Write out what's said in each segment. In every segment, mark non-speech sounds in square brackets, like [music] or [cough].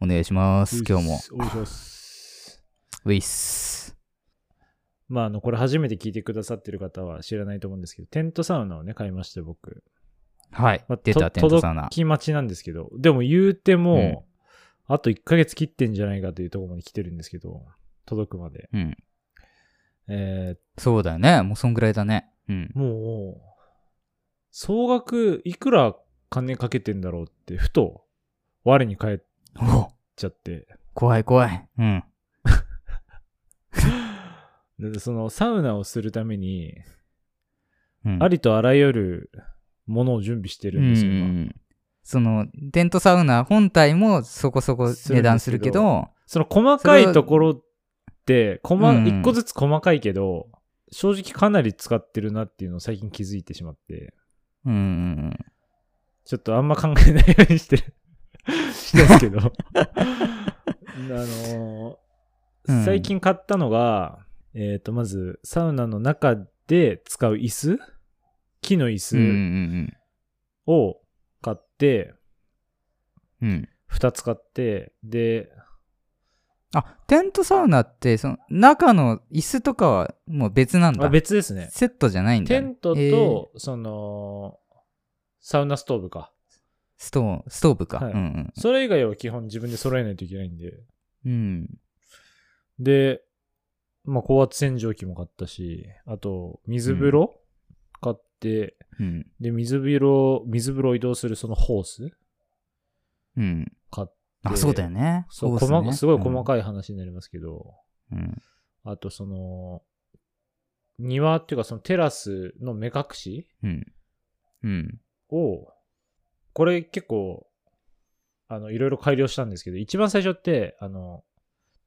お願いします。今日も。お願いします。ウィッス。まあ、あの、これ初めて聞いてくださってる方は知らないと思うんですけど、テントサウナをね、買いまして、僕。はいまあ。出た、とテントサウナ届。き待ちなんですけど、でも言うても、あと1ヶ月切ってんじゃないかというところまで来てるんですけど、届くまで。うん。えそうだよね。もうそんぐらいだね。うん。ー、もう、総額いくら金かけてんだろうって、ふと、我に返っおちゃって、怖い怖い。うん。でそのサウナをするために、うん、ありとあらゆるものを準備してるんですよ、う今んその、テントサウナ本体もそこそこ値段するけど、その細かいところって、こま、うん一個ずつ細かいけど、正直かなり使ってるなっていうのを最近気づいてしまって、うんうんちょっとあんま考えないようにして [laughs] る、してます [laughs] けど。あのーうん最近買ったのが、えっ、と、まず、サウナの中で使う椅子木の椅うん。うんうん子を買って、うんうん。 2つ買って、で、あ、テントサウナって、その、中の椅子とかはもう別なんだ。あ別ですね。セットじゃないんだ、テね。ントと、えーその、サウナストーブか。ストーンストーブか。はいうんそれ以外は基本自分で揃えないといけないんで。うん。うん。で、まあ、高圧洗浄機も買ったし、あと、水風呂、買って、うん。で、水風呂、水風呂を移動するそのホースうん。買って、あ、そうだよね。そうっ細かすごい細い。かい話になりますけど、うん。あとその、庭っていうかそのテラスの目隠しうん。うん。を、これ結構、あの、いろいろ改良したんですけど、一番最初って、あの、うん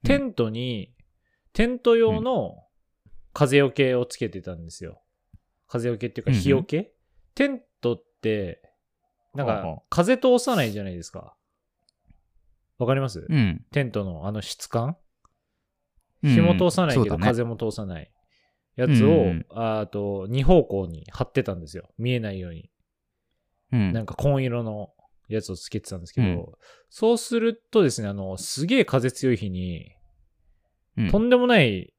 テントに、テント用の風よけをつけてたんですよ。風よけっていうかうんうん日よけ、テントって、なんほうほか、風通さないじゃないですか。わかります、うん。テントのあの質感うん日も通さないけそどうだね風も通さないやつを、うんうんあと、2方向に貼ってたんですよ。見えないように。うん。なんか紺色のやつをつけてたんですけど、うんそうするとですね、あの、すげえ風強い日に、うんとんでもない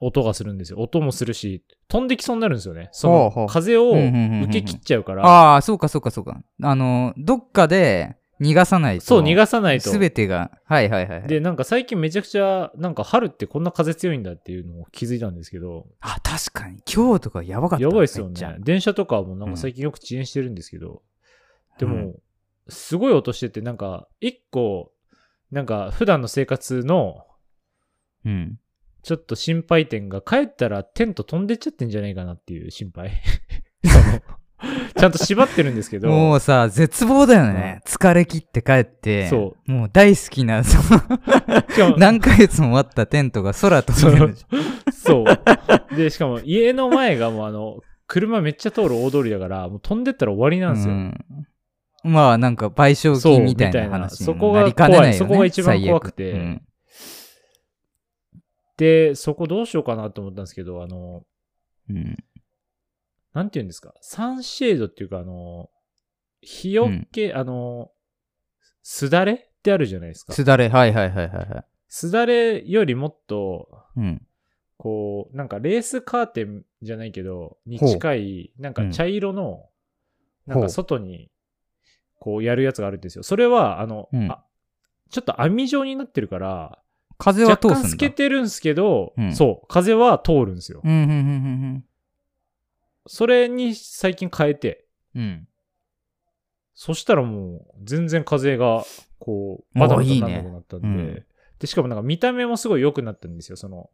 音がするんですよ。音もするし、飛んできそうになるんですよね。そのほうほう風をうんうんうんうん受け切っちゃうから、ああ、そうかそうかそうか。あの、どっかで逃がさないと。そう、逃がさないと。すべてが。はいはいはい。で、なんか最近めちゃくちゃ、なんか春ってこんな風強いんだっていうのを気づいたんですけど、あ、確かに。今日とかやばかった。やばいですよめっちゃね。電車とかもなんか最近よく遅延してるんですけど、でも、すごい音してて、なんか、一個、なんか、普段の生活の、うん。ちょっと心配点が、帰ったらテント飛んでっちゃってんじゃないかなっていう心 [laughs] 配。そのちゃんと縛ってるんですけもど、うさ、絶望だよね。疲れ切って帰って。。そうもう大好きな、その、しかも何ヶ月もあったテントが空飛んでるでしょ。そう。で、しかも家の前がもうあの、車めっちゃ通る大通りだから、もう飛んでったら終わりなんですよ。うんまあ、なんか賠償そう金みたいみたいなな話そにこもながりかねないよね。怖いそこが一番怖くて最悪うんで、そこどうしようかなと思ったんですけど、あの、うん。なんて言うんですか、サンシェードっていうか、あの、日よけ、あの、すだれってあるじゃないですか。すだれ、はいはいはいはいはい。すだれよりもっと、うん。こう、なんかレースカーテンじゃないけど、にほう近い、なんか茶色の、うんなんほかう外に、こうやるやつがあるんですよ。それは、あの、うんあちょっと網状になってるから、風は通若干す透んだけ。てるんですけど、うんそう、風は通るんですよ。うん、うん、うん、それに最近変えて、うん。うん。そしたらもう、全然風が、こおう、ーバタバタいいにねならなくなったんで、うんで、しかもなんか見た目もすごい良くなったんですよ。その、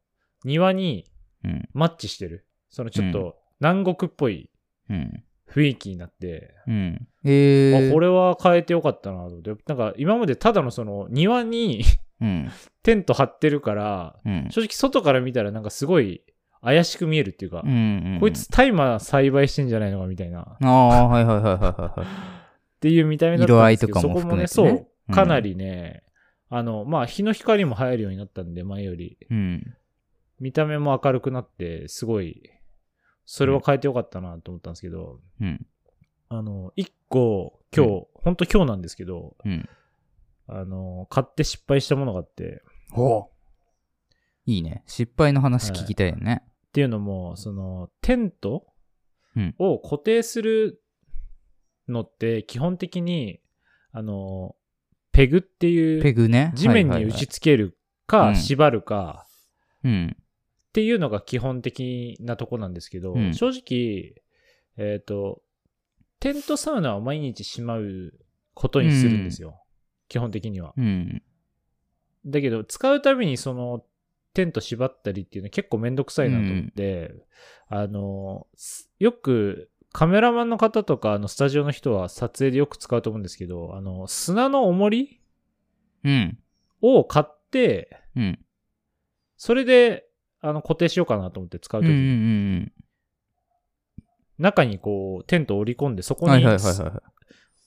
庭にうん。マッチしてる。そのちょっうんと、南国っぽいうん。雰囲気になって、うん。えー。あ、これは変えてよかったなと思って、なんか今までただのその、庭に [laughs] うん。テント張ってるから、うん。正直外から見たらなんかすごい怪しく見えるっていうか、うん。こいつ。大麻栽培してんじゃないのかみたいな。ああ、はいはいはいはいはい。っていう見た目だったんですけど色合いとかもそこもね、含めてねそうう、んかなりね、あの、まあ、日の光も入るようになったんで、前より。うん。見た目も明るくなって、すごい、それは変えてよかったなと思ったんですけど、うん。あの、一個、今日、ほんと今日なんですけど、うんあの、買って失敗したものがあって、っほう。いいね。失敗の話聞きたいよね。ていうのも、その、テントうんを固定するのって、基本的に、あの、ペグっていペう、グね。地面に打はいはいはちいつけるうか、ん縛るか、うん。っていうのが基本的なとこなんですけど、うん正直、えっ、と、テントサウナを毎日しまうことにするんですよ。基本的には。うん。だけど、使うたびにその、テント縛ったりっていうの結構めんどくさいなと思って、あの、すよくカメラマンの方とか、あの、スタジオの人は撮影でよく使うと思うんですけど、あの、砂の重りうん。を買って、うん。それで、あの、固定しようかなと思って使ううん。とうきんに、中にこう、テントを織り込んで、そうん。こはにいはいはいすは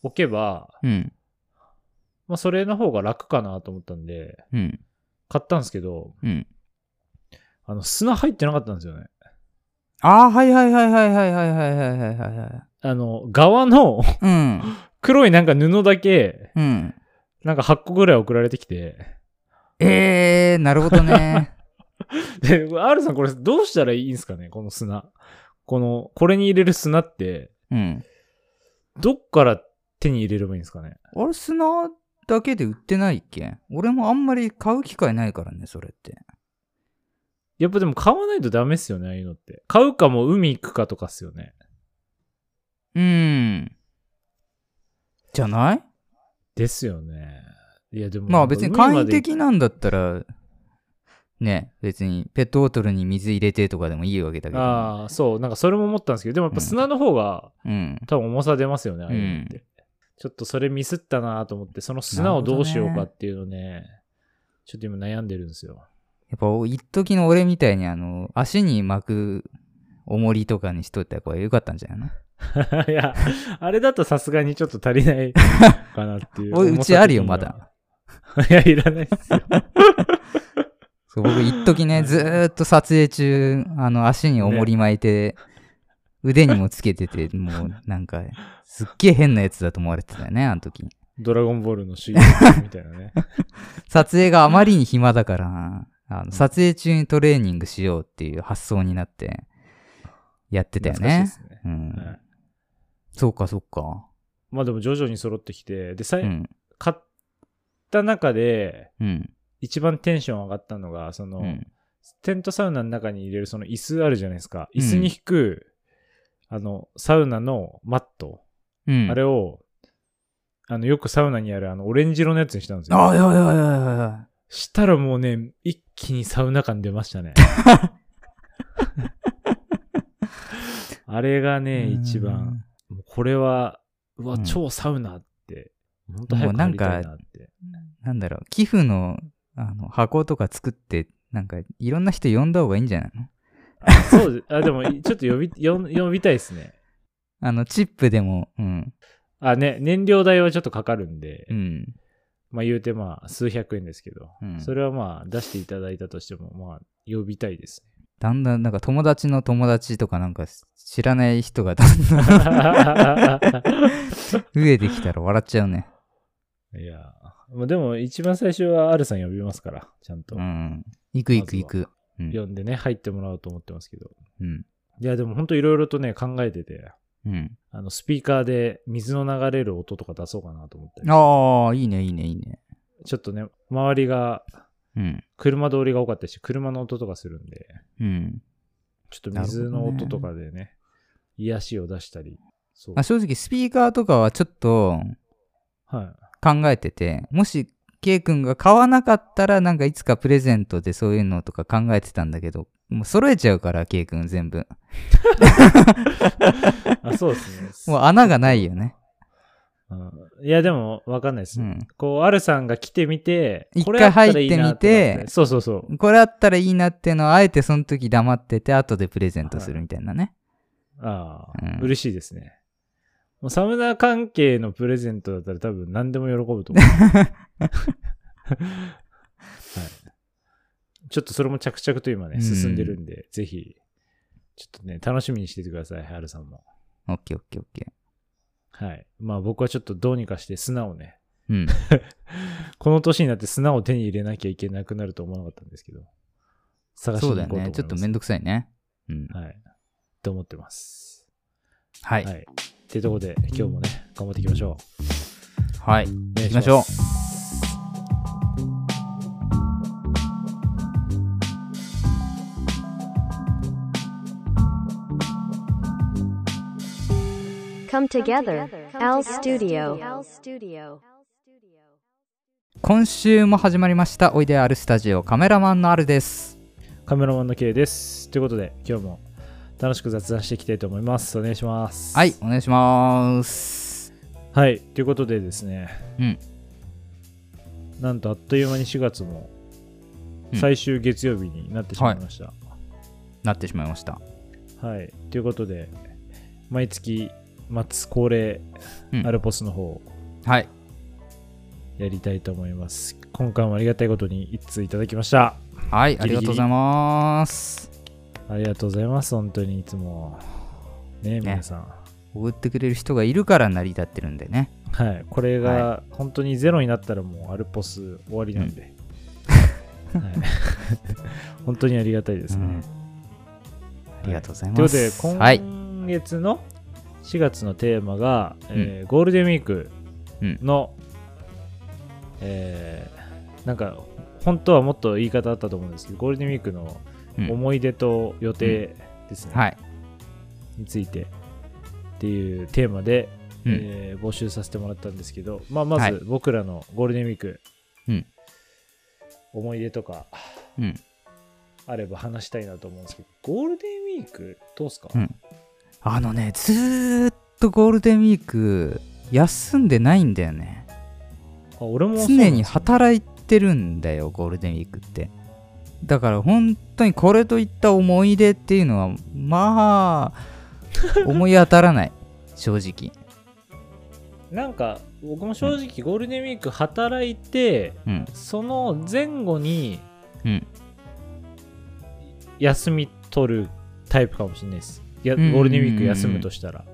置けば、い。うん。まあ、それの方が楽かなと思ったんで、うん。買ったんですけど、うん。あの、砂入ってなかったんですよね。ああ、はいはいはいはいはいはいはいはいはいはあの、側のい。うん。黒いなんか布だけ、うん。なんか8個ぐらい送られてきて、えー、なるほどね。で、R さんこれどうしたらいいんですかねこの砂。この、これに入れる砂って、うん。どっから手に入れればいいんですかねあれ、砂だけで売ってないっけ俺もあんまり買う機会ないからね、それって。やっぱでも買わないとダメっすよね、ああいうのって。買うかもう海行くかとかっすよね。うん。じゃないですよね。いやでも。まあ別に簡易的ななんだったら、ね、別にペットボトルに水入れてとかでもいいわけだけど。ああ、そう、なんかそれも思ったんですけど、でもやっぱ砂の方がうん。多分重さ出ますよね、ああいうのって。うちょっとそれミスったなと思って、その砂をどうしようかっていうのね、ちょっと今悩んでるんですよ。やっぱ、一時の俺みたいに、あの、足に巻く重りとかにしといた方がよかったんじゃないの [laughs] いや、あれだとさすがにちょっと足りないかなってい [laughs] う。おいうちあるよ重さ的には。 [laughs] いや、いらないっすよ。そう僕、一時ね、ずーっと撮影中、あの、足に重り巻いて、腕にもつけてて、もう、なんか、すっげえ変なやつだと思われてたよね、あの時。ドラゴンボールの主義者みたいな [laughs] ね。撮影があまりに暇だから、あの撮影中にトレーニングしようっていう発想になって、やってたよ懐かしいっね。すね。うん。はいそうか、そうか。まあでも徐々に揃ってきて、で、さいうん。買った中で、うん。一番テンション上がったのが、その、うん。テントサウナの中に入れるその椅子あるじゃないですか。うん椅子に引く、あの、サウナのマット。うん。あれを、あの、よくサウナにあるあの、オレンジ色のやつにしたんですあよ。あ、いやいやいやいやいや。したらもうね、一気にサウナ感出ま [laughs] したね。あれがね、一番、もうこれは、うわ、うん超サウナって、本当早く入りたいなって。うん。なんだろう、寄付のあの箱とか作って、なんかいろんな人呼んだ方がいいんじゃないのあそうです、あ、でも、ちょっと呼び、呼ん呼びたいですね。あの、チップでも、うん。あ、ね、燃料代はちょっとかかるんで、うん。まあ言うてまあ数百円ですけど、うんそれはまあ出していただいたとしても、まあ呼びたいです [laughs] ね。だんだん、なんか友達の友達とかなんか知らない人がだ [laughs] んだん増えてきたら笑っちゃうね。いやー、まあ、でも一番最初は R さん呼びますから、ちゃんとう。ん。行く行く行く。うん呼んでね、入ってもらおうと思ってますけど。うん。いや、でも本当いろいろとね、考えてて、うん。あの、スピーカーで水の流れる音とか出そうかなと思ったり、ああ、いいね、いいね、いいね。ちょっとね、周りが、うん。車通りが多かったし、車の音とかするんで、うん。ちょっと水の音とかでね、癒しを出したり、そうまあ、。正直、スピーカーとかはちょっとはい。考えてて、もし、K 君が買わなかったら、なんかいつかプレゼントでそういうのとか考えてたんだけど、もう揃えちゃうから、K 君全部。あ、そうですね。もう穴がないよね。うんいや、でも、わかんないです。うんこう、アルさんが来てみて、一回これあたらいいな入ってみて思そうそうそう。これあったらいいなっていうのは、あえてその時黙ってて、後でプレゼントするみたいなね。あうあ、ん嬉しいですね。もうサウナ関係のプレゼントだったら多分何でも喜ぶと思う。はい。ちょっとそれも着々と今うね、ん進んでるんで、ぜひ、ちょっとね、楽しみにしててください、アルさんも。オッケーオッケーオッケはい。まあ僕はちょっとどうにかして砂をね、うん。この年になって砂を手に入れなきゃいけなくなると思わなかったんですけど、探しにそ行うこだうよね。と思います。ちょっとめんどくさいね。うん。はい。と思ってます。ははい。い。っていうところで、今日もね、頑張っていきましょはい。う。行きましょう。 Come together, together. Al Al Studio. Studio. Al Studio. 今週も始まりました。おいであるスタジオ、カメラマンのあるです。カメラマンの K です。ということで、今日も楽しく雑談していきたいと思います。お願いします。はい。、お願いします。はい。ということでですね、うんなんとあっという間に4月もうん最終月曜日になってしまいました。なってしまいました。はい。ということで、毎月末恒例、うんアルポスの方、はい。やりたいと思います。今回もありがたいことに一通いただきました。はい。ギありリギリがとうございます。ありがとうございます。本当にいつも。ね、皆さん。送ってくれる人がいるから成り立ってるんでね。はい。これが本当にゼロになったらもうアルポス終わりなんで。はい、 [laughs] 本当にありがたいですね。うんありがとうございとま。、いうことですはい。今月の4月のテーマが、えーゴールデンウィークの、えーなんか、本当はもっと言い方あったと思うんですけど、ゴールデンウィークのうん思い出と予定ですね、はい。についてっていうテーマで、うんえー募集させてもらったんですけど、まあ、まはいず僕らのゴールデンウィーク、うん思い出とかうん。あれば話したいなと思うんですけど、ゴールデンウィークどうっすか、うんあのね、ずーっとゴールデンウィーク休んでないんだよね。あ俺もそうなんです常よに働いてるんだよ、ゴールデンウィークって。だから本当にこれといった思い出っていうのは、ま [laughs] あ、思い当たらない。正直。なんか僕も正直ゴールデンウィーク働いて、うん。その前後にうん。休み取るタイプかもしれないですいやうゴんうんうんールデンウィーク休むとしたら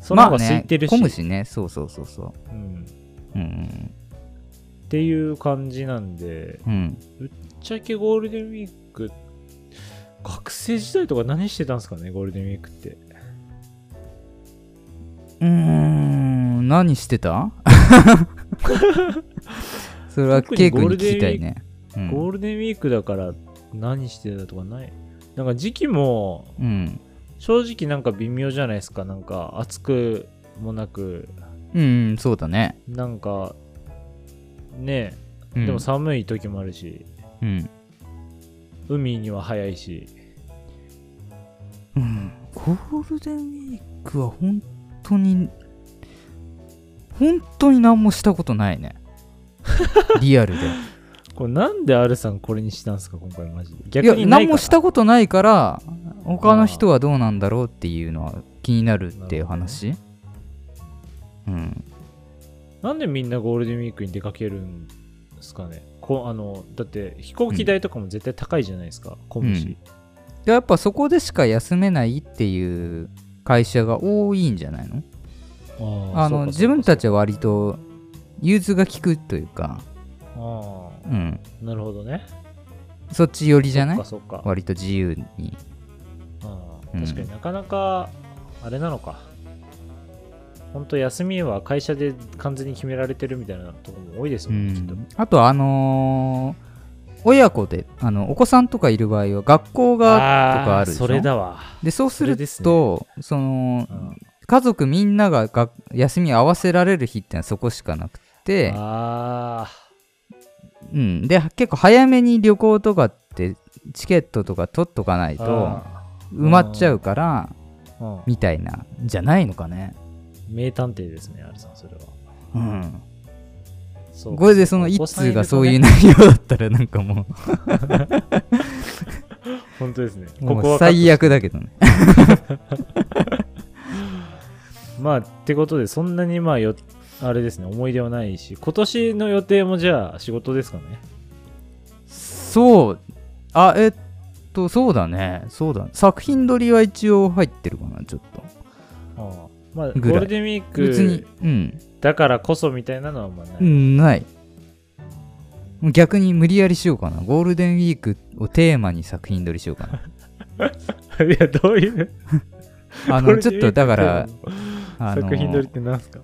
その方が空いてるし,、まあね、混むしね。そうそうそうそう。うん、うん。っていう感じなんでうん。ぶっちゃけゴールデンウィーク学生時代とか何してたんですかねゴールデンウィークってうーん。何してた [laughs] それは特にケイ君ゴーにルデン聞きたいね。うんゴールデンウィークだから何してたとかないなんか時期もうん。正直なんか微妙じゃないですかなんか暑くもなくうん、うん、そうだね。なんかねうんえでも寒い時もあるし、うん。海には早いしうんゴールデンウィークは本当に本当に何もしたことない [laughs] ねリアルでこれなんで R さんこれにしたんですか今回マジでい逆やにな何いかもしたことないから他の人はどうなんだろうっていうのは気になるっていう話、うんなんでみんなゴールデンウィークに出かけるんですかねこあのだって飛行機代とかも絶対高いじゃないですか、混むし、でやっぱそこでしか休めないっていう会社が多いんじゃないのあの自分たちちは割と融通が利くというか、ああうん、なるほどねそっち寄りじゃないそっかそっか割と自由にあうんあ確かになかなかあれなのか、本当休みは会社で完全に決められてるみたいなところも多いですうもんね、きっとん、あとあのー親子であのお子さんとかいる場合は学校がとかあるーでしょそれだわ、でそうするそれですとそ,、のうん家族みんながが休み合わせられる日ってのはそこしかなくて、あうん、で結構早めに旅行とかってチケットとか取っとかないーとあ埋まっちゃうからー、うんみたいなじゃないのかね、名探偵ですねあれさんそれはうん、そうこれでそのお子一さん通いるとねがそういう内容だったらなんかも本当ですねうこもこうはカット最悪だけどねまあってことでそんなにまあよあれですね思い出はないし今年の予定もじゃあ仕事ですかねそう。あ、えっと、そうだね。そうだ、作品撮りは一応入ってるかな、ちょっと。ああまあぐらいゴールデンウィー別にク、うん。だからこそみたいなのはあんまない。うんない逆に無理やりしようかなゴールデンウィークをテーマに作品撮りしようかないや、どういう。あこのれちょっとだから、あの作品撮りって [laughs] 何すか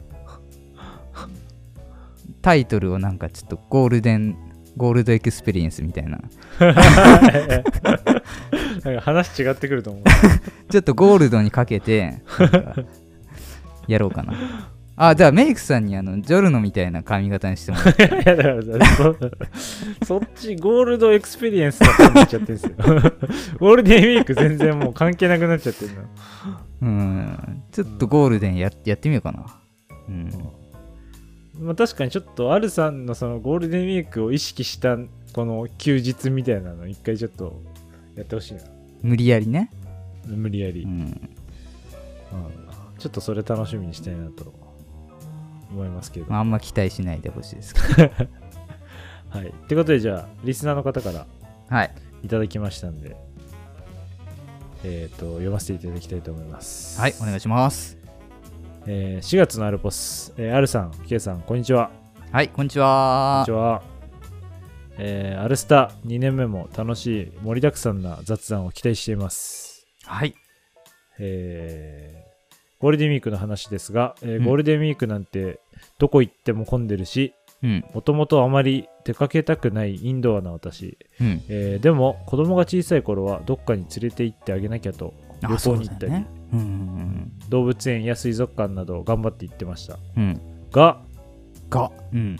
タイトルをなんかちょっとゴールデンゴールドエクスペリエンスみたいななんか話違ってくると思う。 [laughs] ちょっとゴールドにかけてなんかやろうかなあじゃあメイクさんにあのジョルノみたいな髪型にしてもらういやだからさそそっちゴールドエクスペリエンスな感じになっちゃってるんで [laughs] すよ。ゴールデンウィーク全然もう関係なくなっちゃってるの。うんちょっとゴールデンややってみようかなうんまあ、確かにちょっとアルさんのそのゴールデンウィークを意識したこの休日みたいなの一回ちょっとやってほしいな。無理やりね、無理やり、うん、うんちょっとそれ楽しみにしたいなと思いますけど。まああんま期待しないでほしいですけどはい。ってことでじゃあリスナーの方からはいいただきましたんで、えっ、と読ませていただきたいと思います。はいお願いしますえー4月のアルポス、えー、アルさん、ケイさん、こんにちは。はいこんにちこんはにちは。えーアルスタ2年目も楽しい盛りだくさんな雑談を期待しています。はいえーゴールデンウィークの話ですが、えーうんゴールデンウィークなんてどこ行っても混んでるし、うんもともとあまり出かけたくないインドアな私、うんえーでも子供が小さい頃はどっかに連れて行ってあげなきゃとあ旅行に行っそうだたり、よねうんうん動物園や水族館など頑張って行ってましたうんうんが、がうん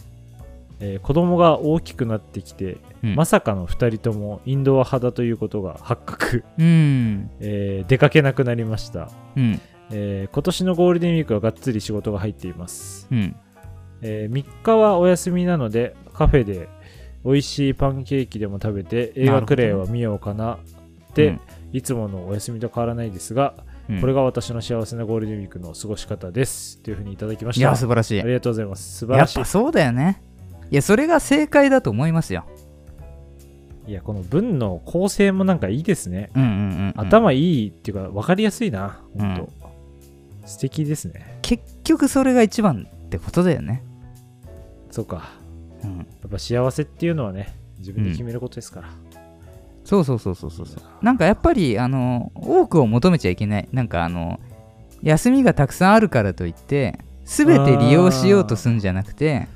えー子供が大きくなってきて、うんまさかの2人ともインドア派だということが発覚、 [laughs] うんえー出かけなくなりました、うんえー今年のゴールデンウィークはがっつり仕事が入っています、うんえ3日はお休みなのでカフェで美味しいパンケーキでも食べて映画クレイは見ようかなってうんいつものお休みと変わらないですが、これがが私の幸せなゴールデンウィークの過ごし方ですというふうにいただきましいたや素晴らしいありがとうございます素晴やらっしいぱそうだよねいやそれが正解だと思いますよいやこの文の構成もなんかいいですねうんうんうん、うん、頭いいっていうか分かりやすいな、本当素敵ですね。結局それが一番ってことだよねそうか。うんやっぱ幸せっていうのはね、自分で決めることですから。そうそうそうそうそうそうなんかやっぱりあの多くを求めちゃいけないなんかあの休みがたくさんあるからといって全て利用しようとするんじゃなくて、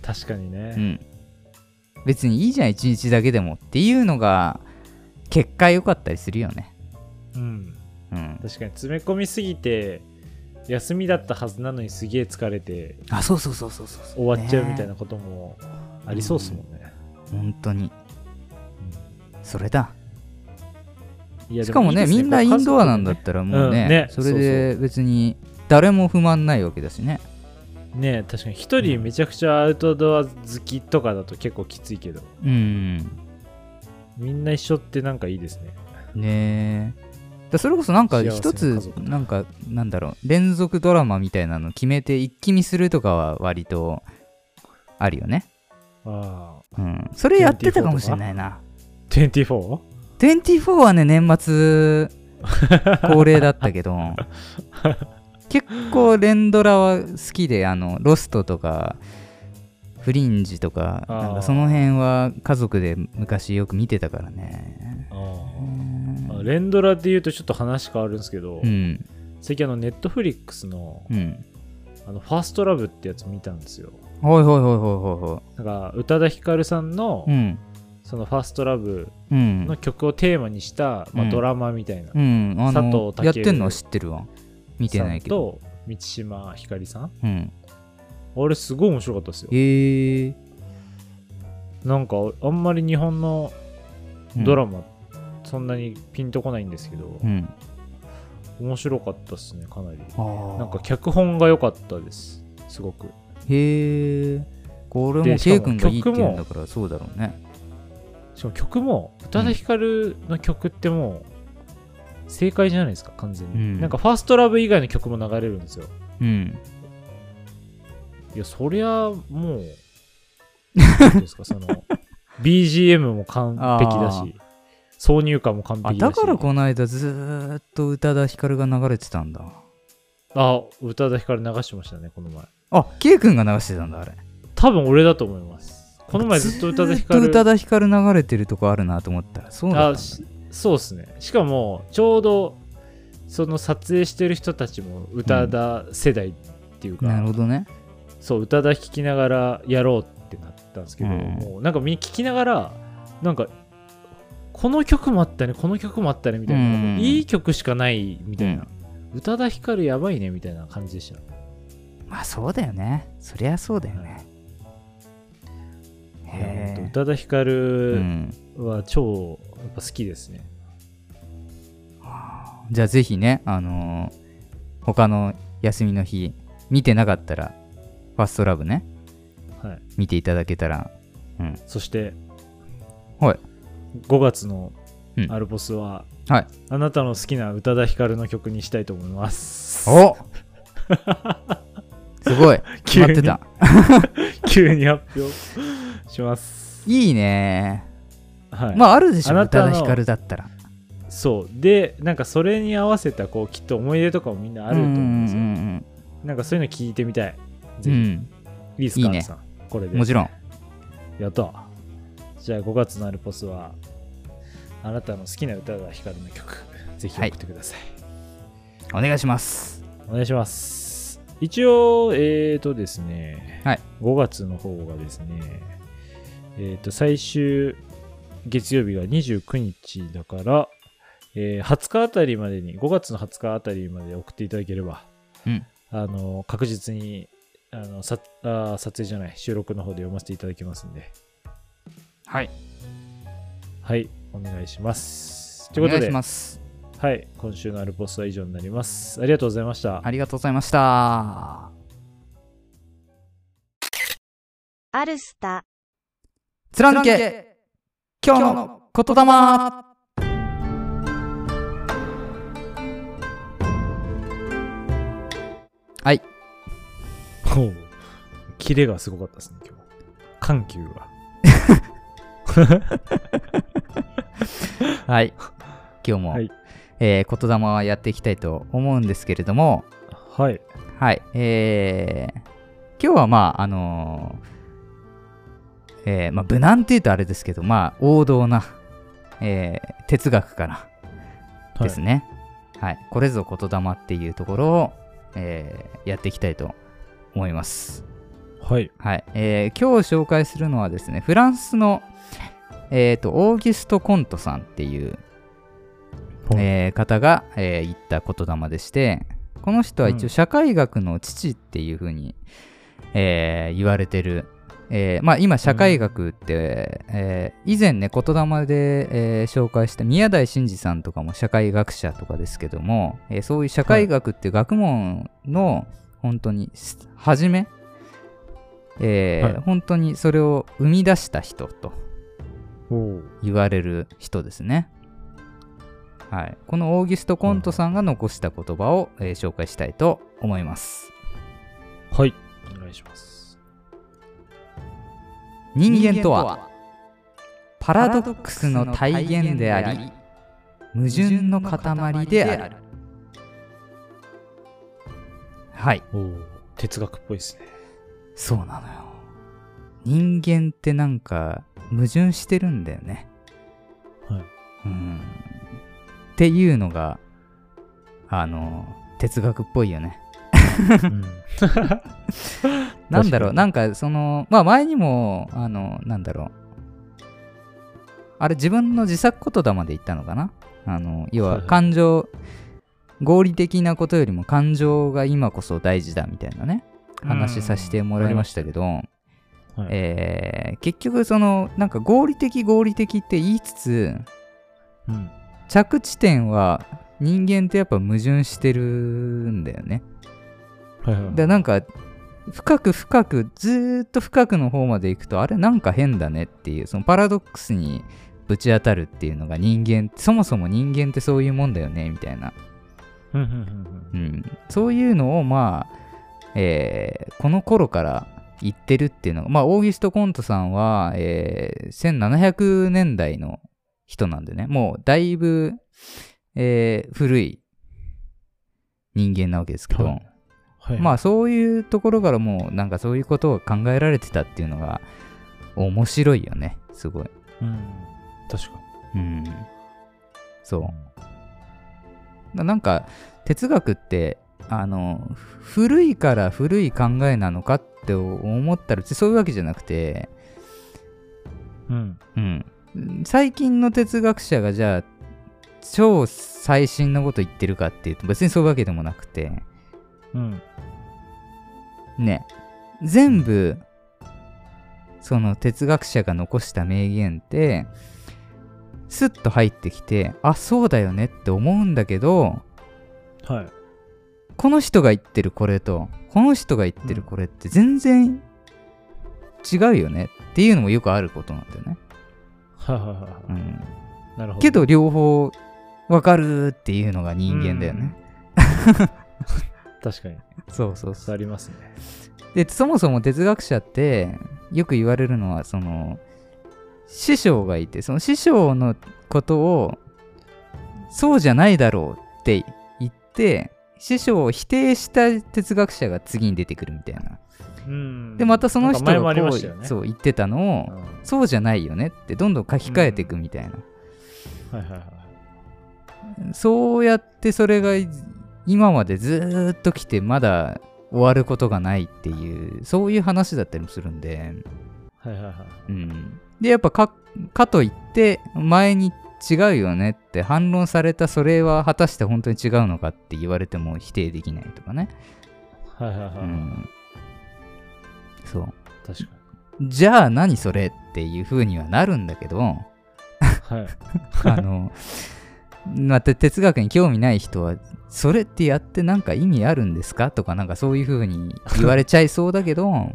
確かにうね。ん、別にいいじゃん一日だけでもっていうのが結果良かったりするよねうん。うん確かに詰め込みすぎて、休みだったはずなのにすげえ疲れてあそうそうそうそうそうそう終わっちゃうみたいなねこともありそうっすもんね。本当にそれだいやしかもねみんなインドアなんだっ。たらもうね,、うんねそれで別に誰も不満ないわけだしねでもいいですねね確かに一人めちゃくちゃアウトドア好きとかだと結構きついけど、うんみんな一緒ってなんかいいですね。ねえだそれこそなんか幸せな一家つ族なんかなんだろう連続ドラマみたいなの決めて一気見するとかは割とあるよねあうあ。んそれやってたかもしれないな 24? 24はね年末恒例だったけど [laughs] 結構連ドラは好きであのロストとかフリンジとかあーなんかその辺は家族で昔よく見てたからねあレンドラで言うとちょっと話変わるんですけど、うん最近あのネットフリックスのうんあのファーストラブってやつ見たんですよ。はいはいはいはいはいはなんか宇多田ヒカルさんのいうんそのファーストラブうんの曲をテーマにした、まうあ、んドラマみたいな。うんあの佐藤健やってんのは知ってるわ見てないけどさんと満島ひかりさんうんあれすごい面白かったですよ。へえなんかあんまり日本のドラマそんなにピンとこないんですけど、うん面白かったですねかなり。ななんか脚本が良かったですすごく。へえこれもで K 君がいいっしてかも曲も言うんだからそうだろうねしかも曲も宇多田ヒカルの曲ってもう正解じゃないですか完全に、うんなんか「ファーストラブ以外の曲も流れるんですようんいやそり [laughs] ゃもうなんていうんですかその BGM も完璧だあーし挿入歌も完あ璧だだしからこの間ずーっと宇多田ヒカルが流れてたんだあ、宇多田ヒカル流してましたね、この前。あ、K 君が流してたんだ、あれ。多分俺だと思います。この前ずっと宇多田ヒカル。ずっと宇多田ヒカル流れてるとこあるなと思ったら、そうだっあたんだしそうですねしかもちょうどその撮影してる人たちも宇多田世代っていうか、なるほどね。そう宇多田聴きながらやろうってなったんですけど、うんもうなんかみんな聴きながらなんかこの曲もあったねこの曲もあったねみたいな、うんいい曲しかないみたいな、宇多田ヒカルやばいねみたいな感じでしたまあそうだよね。そりゃそうだよね。いやほんと宇へ多田ヒカえ。うルん。は超やっぱ好きですね、じゃあぜひね、あのー他の休みの日、見てなかったら、ファストラブね、はい、見ていただけたら、うん。そして、はい5月のうんアルポスは、はいあなたの好きな宇多田ヒカルの曲にしたいと思います。おすごい決まってた。 [laughs] 急に発表します。いいねはい。まああるでしあょ、宇なた多の田ヒカルだったら。そう。で、なんかそれに合わせた、こう、きっと思い出とかもみんなあると思うんですよ。うんうんなんかそういうの聞いてみたい。うぜんうひ、いんいですいか、いねアンさん。これで。もちろん。やった。じゃあ5月のアルポスは、あなたの好きな宇多田ヒカルの曲、ぜひ送ってくださいお願いします。お願いします。一応、えーとですね、はい5月の方がですね、えーと、最終月曜日が29日だから、えー20日あたりまでに、5月の20日あたりまで送っていただければ、うんあの確実にあのさあー撮影じゃない、収録の方で読ませていただきますんで、はい。はい、お願いします。といおうこと願いしで、ます。はい、今週のアルポスは以上になります。ありがとうございました。ありがとうございました。アルスタ貫け今日の言霊はい。ほうキレがすごかったですね、今日。緩急が。はい。今日も、はいえー言霊はやっていきたいと思うんですけれども、はい。はい。えー今日はまあ、あのーえーまあ、無難っていうとあれですけど、まあ、王道な、えー哲学から、ですね。ね。はい、これぞ言霊っていうところを、えーやっていきたいと思います。はい。はい、えー今日紹介するのはですね、フランスの、えーとオーギュスト・コントさんっていう、はいえー方が、えー言った言霊でして、この人は一応うん社会学の父っていうふうに、えー言われてる。えーまあ、今社会学って、えー以前ね言霊で、えー紹介した宮台真司さんとかも社会学者とかですけども、えーそういう社会学っていう学問の本当にす初め、えーはい本当にそれを生み出した人とおう言われる人ですね。はい、このオーギュスト・コントさんが残した言葉を、えー紹介したいと思います。はい。お願いします。人間とはパラドックスの体現であり矛盾の塊である。はい、おう哲学っぽいですね。そうなのよ。人間ってなんか矛盾してるんだよね。はい。うん。っていうのが、あの、哲学っぽいよね。うん [laughs] なんだろ確かう、になんかその、まあ前にも、あの、なんだろう。あれ、自分の自作言霊で言ったのかなあの、要はいははい感情、合理的なことよりも感情が今こそ大事だみたいなね、話させてもらいましたけど、はいえー結局そのなんか合理的合理的って言いつつうん着地点は人間ってやっぱ矛盾してるんだよね。はいはいはいでなんか深く深くずーっと深くの方まで行くとあれなんか変だねっていうそのパラドックスにぶち当たるっていうのが人間そもそも人間ってそういうもんだよねみたいな、うんうんうんうん、そういうのをまあ、えーこの頃から言ってるっていうのがまあオーギュスト・コントさんは、えー1700年代の人なんでねもうだいぶ、えー古い人間なわけですけど、はいはい。まあそういうところからもうなんかそういうことを考えられてたっていうのが面白いよねすごいうん。確かうんに。そうななんか哲学ってあのふ古いから古い考えなのかって思ったらそういうわけじゃなくて、うん。うん、最近の哲学者がじゃあ超最新のこと言ってるかっていうと別にそういうわけでもなくてうん。ね全部その哲学者が残した名言ってスッと入ってきてあそうだよねって思うんだけどはい。この人が言ってるこれとこの人が言ってるこれって全然違うよねっていうのもよくあることなんだよね。はいはいはいはうん、い。なるほど。けど両方わかるっていうのが人間だよね。確かに。そうそうそうありますね。でそもそも哲学者ってよく言われるのはその師匠がいてその師匠のことをそうじゃないだろうって言って師匠を否定した哲学者が次に出てくるみたいな。うん。でまたその人なんか前がもありこまうしたよね。そう言ってたのを、うん。はいそうじゃないよねってどんどん書き換えていくみたいな、はいはい。そうやってそれが今までずーっと来てまだ終わることがないっていうそういう話だったりもするんで、はいはいはい。うん、でやっぱかかといって前に違うよねって反論されたそれは果たして本当に違うのかって言われても否定できないとかね、はいはいはいうはい。ん、そう確かじゃあ何それっていう風にはなるんだけどに。はい。あの、また哲学に興味ない人は、それってやってなんか意味あるんですかとか、なんかそういう風に言われちゃいそうだけど、はい。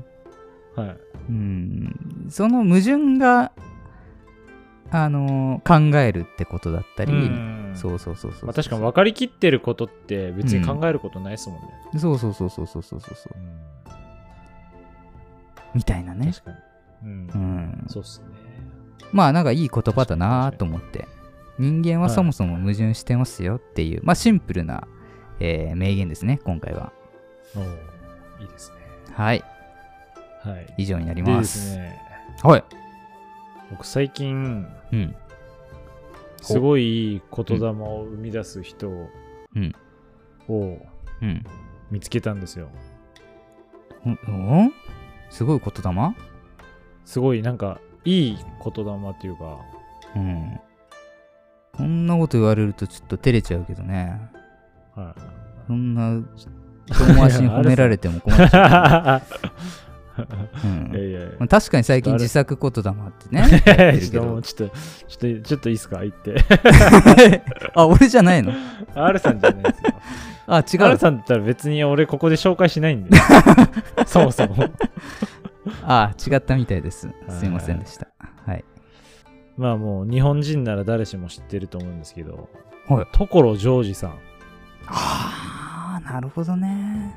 うん、その矛盾が、あの、考えるってことだったり、うんそうそうそうそう。まあ、確かに分かりきってることって別に考えることないですもんね。そうそうそうそうそうそうそう。みたいなね。確かに。うん。うん。そうっすね。まあなんかいい言葉だなと思って。人間はそもそも矛盾してますよっていう、まあシンプルな、えー名言ですね、今回は。おーいいですね。はい。はい。以上になりでま。ですすね、はい。僕最近、うん。すごいいい言霊を生み出す人をうんうん。見つけたんですよ。うん、すごい言霊すごいなんか、いい言霊っていうか、うん。こんなこと言われるとちょっと照れちゃうけどね。はそんな遠回しに褒められても困る。い。 [laughs] ういやんいやいやまあ確かに最近自作言霊ってね。 [laughs] ちょっともうちょっと、ちょっと、ちょっといいっすか言って。 [laughs] [laughs] あ、俺じゃないの R さんじゃないですよ。あ、違ガルう。さんだったら別に俺ここで紹介しないん [laughs] で。そもそも。あ、違ったみたいです。すいませんでした。はい。まあもう日本人なら誰しも知ってると思うんですけど、はい所ジョージさんああ、なるほどね。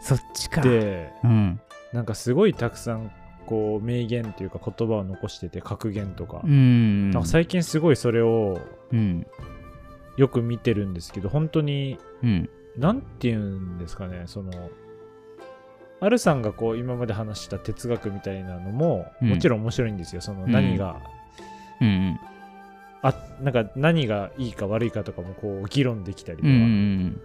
そっちか。で、うん。なんかすごいたくさんこう名言というか言葉を残してて格言とか、うん。なんか最近すごいそれをうん。よく見てるんですけど、本当にうん。なんて言うんですかね、その、アルさんがこう今まで話した哲学みたいなのも、うんもちろん面白いんですよ。そのうん何がうん。うん。あなんか何がいいか悪いかとかもこう議論できたりとうか、ん。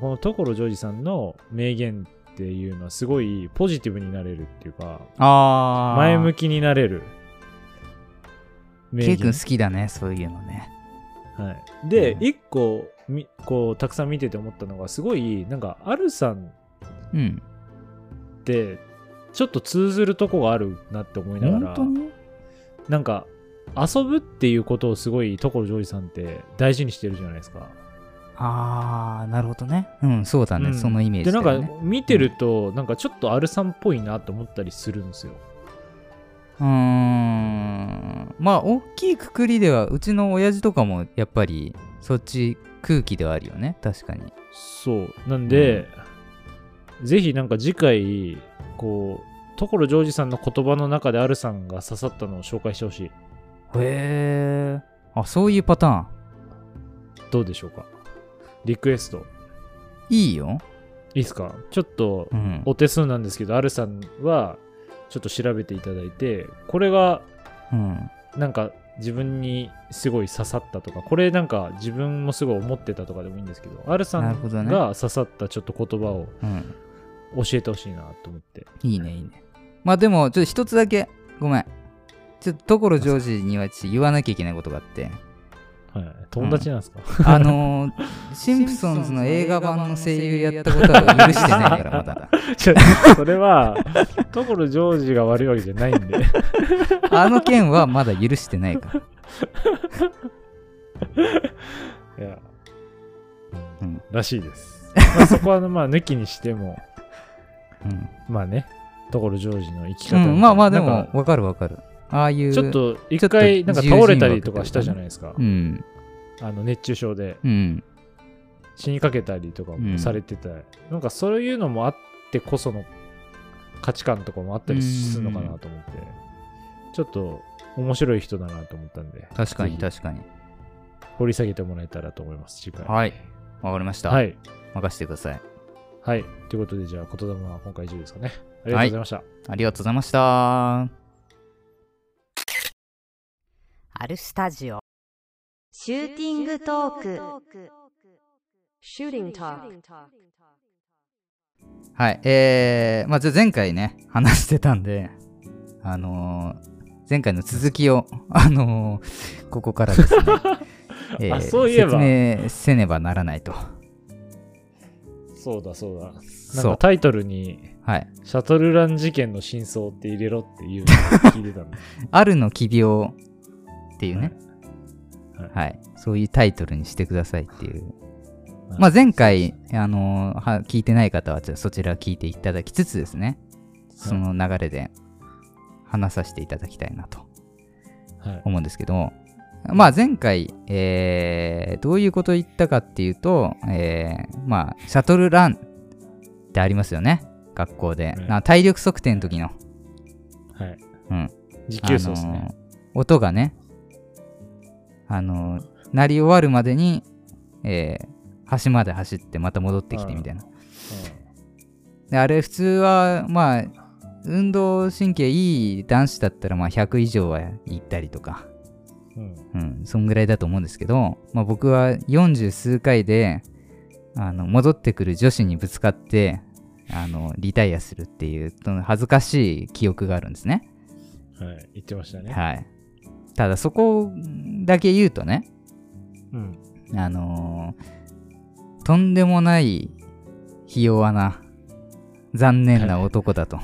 この所ジョージさんの名言っていうのはすごいポジティブになれるっていうかああ。前向きになれる名ケイ言、君好きだね、そういうのね。はい、でうん一個みこうたくさん見てて思ったのがすごいなんかアルさんうん。ってちょっと通ずるとこがあるなって思いなが本ら当になんか遊ぶっていうことをすごい所ジョージさんって大事にしてるじゃないですか。ああ、なるほどね。うん、そうだね、うんそのイメージでだなんよかね。見てると、なんかちょっとアルさんっぽいなと思ったりするんですよ。うーん。まあ、大きいくくりでは、うちの親父とかも、やっぱり、そっち空気ではあるよね、確かに。そうなんで、ぜひなんか次回こう所ジョージさんの言葉の中でアルさんが刺さったのを紹介してほしいへえ。あ、そういうパターン。どうでしょうかリクエストいいよ。いいですかちょっとうん。お手数なんですけど、アルさんはちょっと調べていただいて、これがうん。なんか自分にすごい刺さったとか、これなんか自分もすごい思ってたとかでもいいんですけど、アルさなるほどんねが刺さったちょっと言葉をうん。教えてほしいなと思って。いいね、いいね。まあでも、ちょっと一つだけ、ごめん。ちょっと所ジョージにはちょっと言わなきゃいけないことがあって、はい、友達なんですか、あのー、シンプソンズの映画版の声優やったことは許してないから、まだ。 [laughs] ちょそれ [laughs] は、所ジョージが悪いわけじゃないんで。あの件はまだ許してないから。いや、ううんん、らしいです。まあ、そこは、まあ、抜きにしても、うん。まあね、所ジョージの生きう方みたいな、ん、まあまあでなんもか、わかるわかる。ああいう。ちょっ、とちょ一っと回、なんか自由人倒れたりとかしたじゃないですかう。ん。あの熱中症でうん。死にかけたりとかもされてた、なんかそういうのもあってこその価値観とかもあったりするのかなと思って、ちょっと面白い人だなと思ったんで、確かにぜ確かに。ひ掘り下げてもらえたらと思います、次回。はい。わかりました。は。い。任せてください。はい。ということで、じゃあ、言霊は今回以上ですかね。ありがとうございました。ありがとうございました。アルスタジオシューティングトーク。 Shooting Talk. はい。えー、まあ、じゃあ前回ね、話してたんで、あのー前回の続きを、あのーここから [laughs] ですね、あそういえば説明せねばならないと。そうだ、そうだ。なんそかう。タイトルに、はい。シャトルラン事件の真相って入れろっていうのを聞いてたんで。あるの奇病っていうね、ははいいそういうタイトルにしてくださいっていう。はいまあ、前回、あのーは聞いてない方は、ちょっとそちら聞いていただきつつですね、その流れで話させていただきたいなとはい。思うんですけど、まあ、前回、えーどういうことを言ったかっていうと、えーまあ、シャトルランってありますよね、学校で。うんな体力測定の時の、はい。うん。持久走ですね。あのー音がね、あのー鳴り終わるまでに、えー端まで走ってまた戻ってきてみたいな。であれ普通はまあ運動神経いい男子だったらまあ100以上は行ったりとか、うん。うんうん、そんぐらいだと思うんですけど、まあ、僕は40数回であの戻ってくる女子にぶつかってあのリタイアするっていうその恥ずかしい記憶があるんですね。はい。言ってましたね。はい、ただそこだけ言うとね、うん。あのーとんでもないひ弱な残念な男だと、は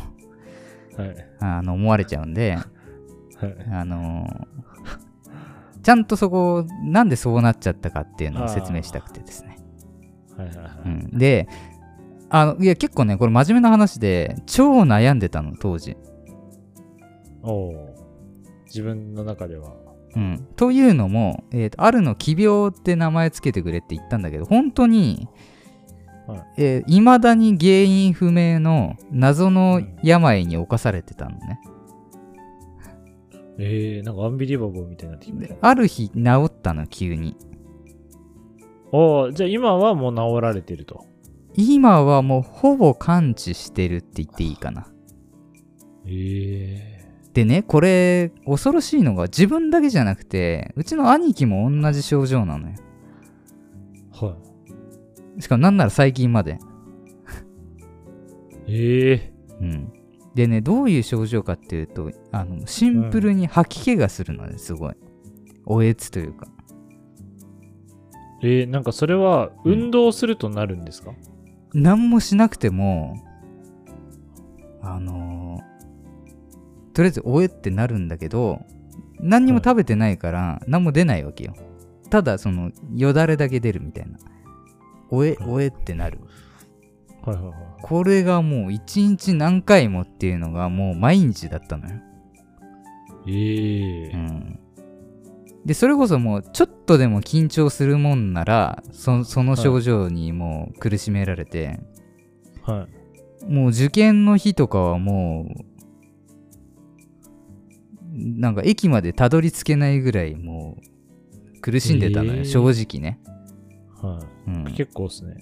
い。はい。あの思われちゃうんで。あのー [laughs] ちゃんとそこ、なんでそうなっちゃったかっていうのを説明したくてですね。はい。はい。はうい。ん、であの、いや、結構ね、これ真面目な話で、超悩んでたの、当時。おお。自分の中では。うん、というのも、えーとあるの奇病って名前つけてくれって言ったんだけど、本当に、はいいえー未だに原因不明の謎の病に侵されてたのね。えー、なんかアンビリバボーみたいになってきましたで。ある日、治ったの、急に。おお、じゃあ今はもう治られてると。今はもうほぼ完治してるって言っていいかな。ええでねこれ恐ろしいのが自分だけじゃなくてうちの兄貴も同じ症状なのよはしかもなんなら最近まで、い。ええうん、でねどういう症状かっていうとあのシンプルに吐き気がするのですごいおえつというかえー、なんかそれはうん運動するとなるんですか、何もしなくてもあのーとりあえずおえってなるんだけど何にも食べてないから何も出ないわけよただそのよだれだけ出るみたいなおえおえってなるはいはいはこれがもう一日何回もっていうのがもう毎日だったのよ。い。ええうん、でそれこそもうちょっとでも緊張するもんならそその症状にもう苦しめられて、はい。もう受験の日とかはもうなんか駅までたどり着けないぐらいもう苦しんでたのよ、へえ正直ね。はうんい。結構ですね。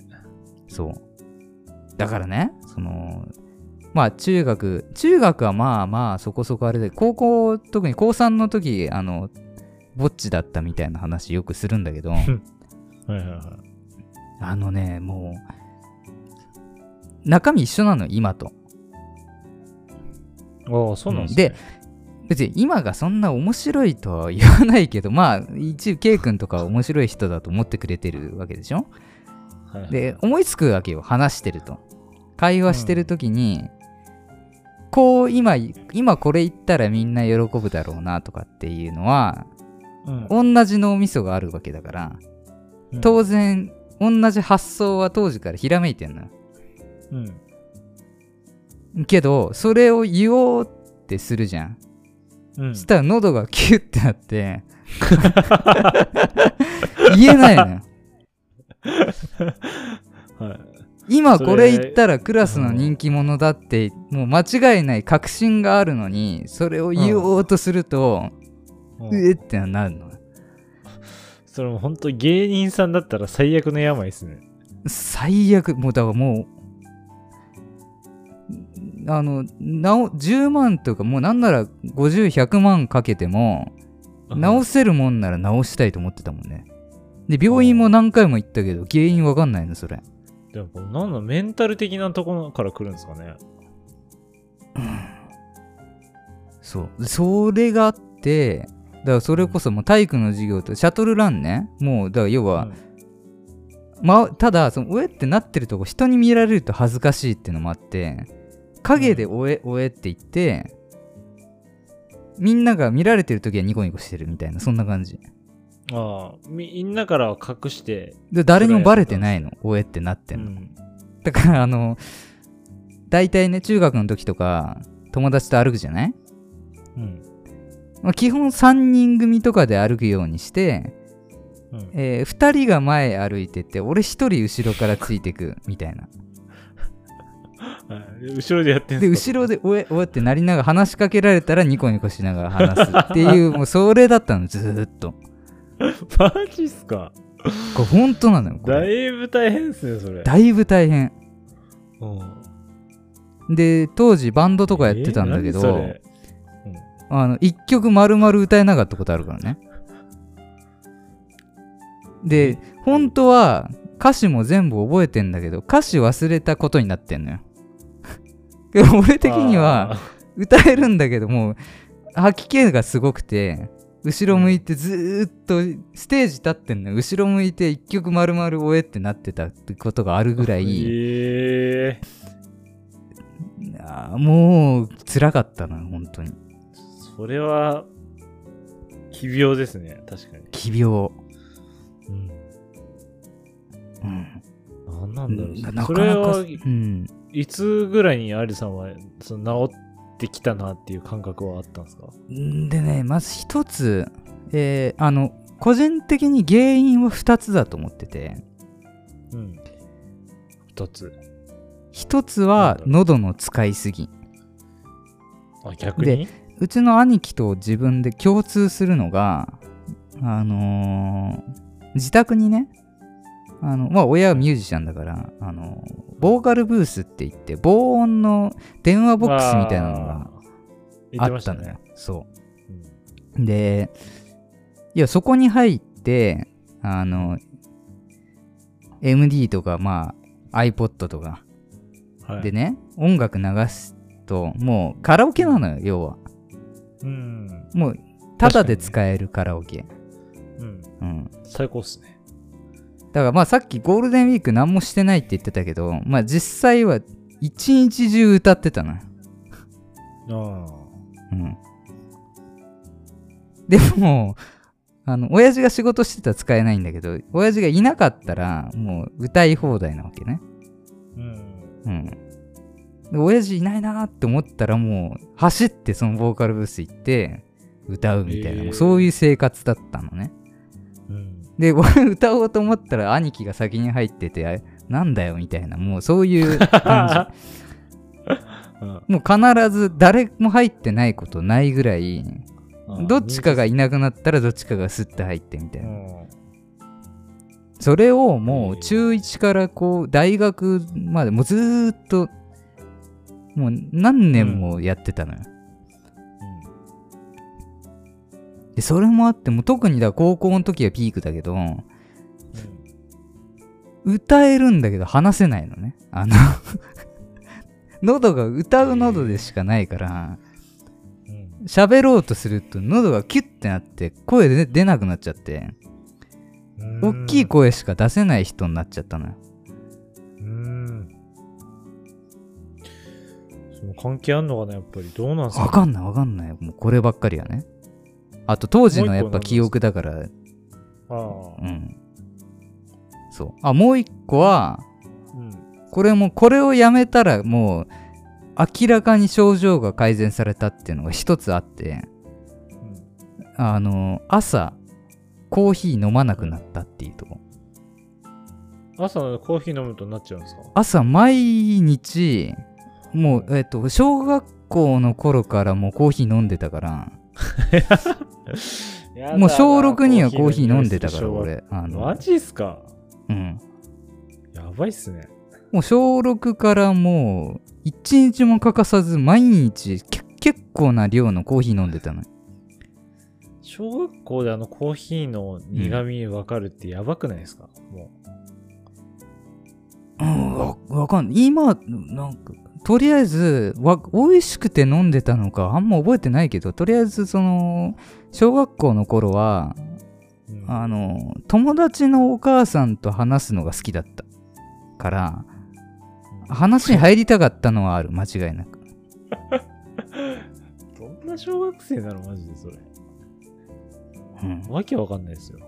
そう。だからね、その、まあ中学、中学はまあまあそこそこあれで、高校、特に高3の時、あの、ぼっちだったみたいな話よくするんだけど、はいはいはあのね、もう、中身一緒なの、今と。い。ああ、そうなんですでね。別に今がそんな面白いとは言わないけど、まあ、一応、K 君とかは面白い人だと思ってくれてるわけでしょはいはい、で、思いつくわけよ、話してると。会話してるときに、こう、今、今これ言ったらみんな喜ぶだろうなとかっていうのは、うん同じ脳みそがあるわけだから、うん当然、同じ発想は当時からひらめいてんのよ。うん。けど、それを言おうってするじゃん。うんそしたら喉がキュッてなって、 [laughs] 言えないのよ。はい。今それこれ言ったらクラスの人気者だって、もう間違いない確信があるのに、それを言おうとすると、ううんえってなるの。それも本当芸人さんだったら最悪の病ですね。最悪、もうだからもう、あの、なお10万とか、もうなんなら50、100万かけても、うん直せるもんなら直したいと思ってたもんね。で、病院も何回も行ったけど、原因わかんないの、それ。でも、なんだ、メンタル的なところから来るんですかね。そう。それがあって、だからそれこそもう体育の授業と、シャトルランね。もう、だから要は、ま、ただ、その、おえってなってるとこ、人に見られると恥ずかしいっていうのもあって、影でおえ、おえって言って、みんなが見られてる時はニコニコしてるみたいな、そんな感じ。うんああ、みんなからは隠して、で誰にもバレてないの、おえってなってうんの。んだからあの大体ね中学の時とか友達と歩くじゃない、うんまあ、基本3人組とかで歩くようにして、うんえ2人が前歩いてて俺1人後ろからついてくみたい [laughs] なはい後ろでやってんですか後ろで「おえおえ」ってなりながら話しかけられたらニコニコしながら話すって [laughs] いうもうそれだったのずーっとマジっすかこれ本当なのよこだれいぶ大変っすね、それ。だいぶ大変うんで当時バンドとかやってたんだけえーど、何それあの、一曲丸々歌えなかったことあるからね。で、本当は歌詞も全部覚えてんだけど、歌詞忘れたことになってんのよ。 [laughs] で俺的には、歌えるんだけど、もう吐き気がすごくて、後ろ向いてずーっとステージ立ってんのよ。後ろ向いて一曲丸々終えってなってたってことがあるぐらあーい、えーあーもう辛かったな、本当に。それは、奇病ですね、確かに。奇病。うんうん何なんだろうなそれなかそなれか、はうん、いつぐらいにアリさんはその治ってきたなっていう感覚はあったんですかでねまず一つ、えーあの個人的に原因は2つだと思っててうん二つ一つはなんだ喉の使いすぎあ逆にうちの兄貴と自分で共通するのがあのー自宅にねあのまあ親はミュージシャンだから、あのボーカルブースって言って防音の電話ボックスみたいなのがあ言ってまっしたたのよ、ねそううんで、いや、そこに入って、あの、MD とか、まあ、iPod とかはいでね、音楽流すと、もうカラオケなのよ、要は。うんもう、ただで使えるカラオケ。うんうん。最高っすねだからまあ、さっきゴールデンウィーク何もしてないって言ってたけど、まあ、実際は一日中歌ってたのよ。あうん。でも、あの、親父が仕事してたら使えないんだけど、親父がいなかったら、もう歌い放題なわけね。うんうん。で、親父いないなーって思ったら、もう、走ってそのボーカルブース行って、歌うみたいな、へーもうそういう生活だったのね。うんで、 [laughs] 俺歌おうと思ったら、兄貴が先に入ってて、あなんだよみたいな、もうそういう [laughs] 感じ。うんもう必ず誰も入ってないことないぐらい、あどっちかがいなくなったらどっちかがスッと入ってみたいうな、んそれをもう中1からこう大学までもうずーっともう何年もやってたのよ。でそれもあってもう特にだから高校の時はピークだけど歌えるんだけど話せないのね。あの [laughs] 喉が歌う喉でしかないからうんうん喋ろうとすると喉がキュッてなって声で出なくなっちゃってうん大きい声しか出せない人になっちゃったのよ。うんその関係あんのかなやっぱりどうなんすかわかんないわかんないもうこればっかりやねあと当時のやっぱもう一個何ですか記憶だからああうんそうあもう一個はうんこれもこれをやめたらもう明らかに症状が改善されたっていうのが一つあってうんあの朝コーヒー飲まなくなったっていうとこ朝コーヒー飲むとなっちゃうんですか朝毎日もうえっと小学校の頃からもうコーヒー飲んでたからもう小6にはコーヒー飲んでたから俺あのマジっすかうんやばいっすねもう小6からもう一日も欠かさず毎日け結構な量のコーヒー飲んでたの小学校であのコーヒーの苦味わかるってやばくないですか、もうんわわかんない今なんかとりあえずわ美味しくて飲んでたのかあんま覚えてないけどとりあえずその小学校の頃はう、うんあの友達のお母さんと話すのが好きだったから話に入りたかったのはある間違いなくどんな小学生なのマジでそれうんわけわかんないですよ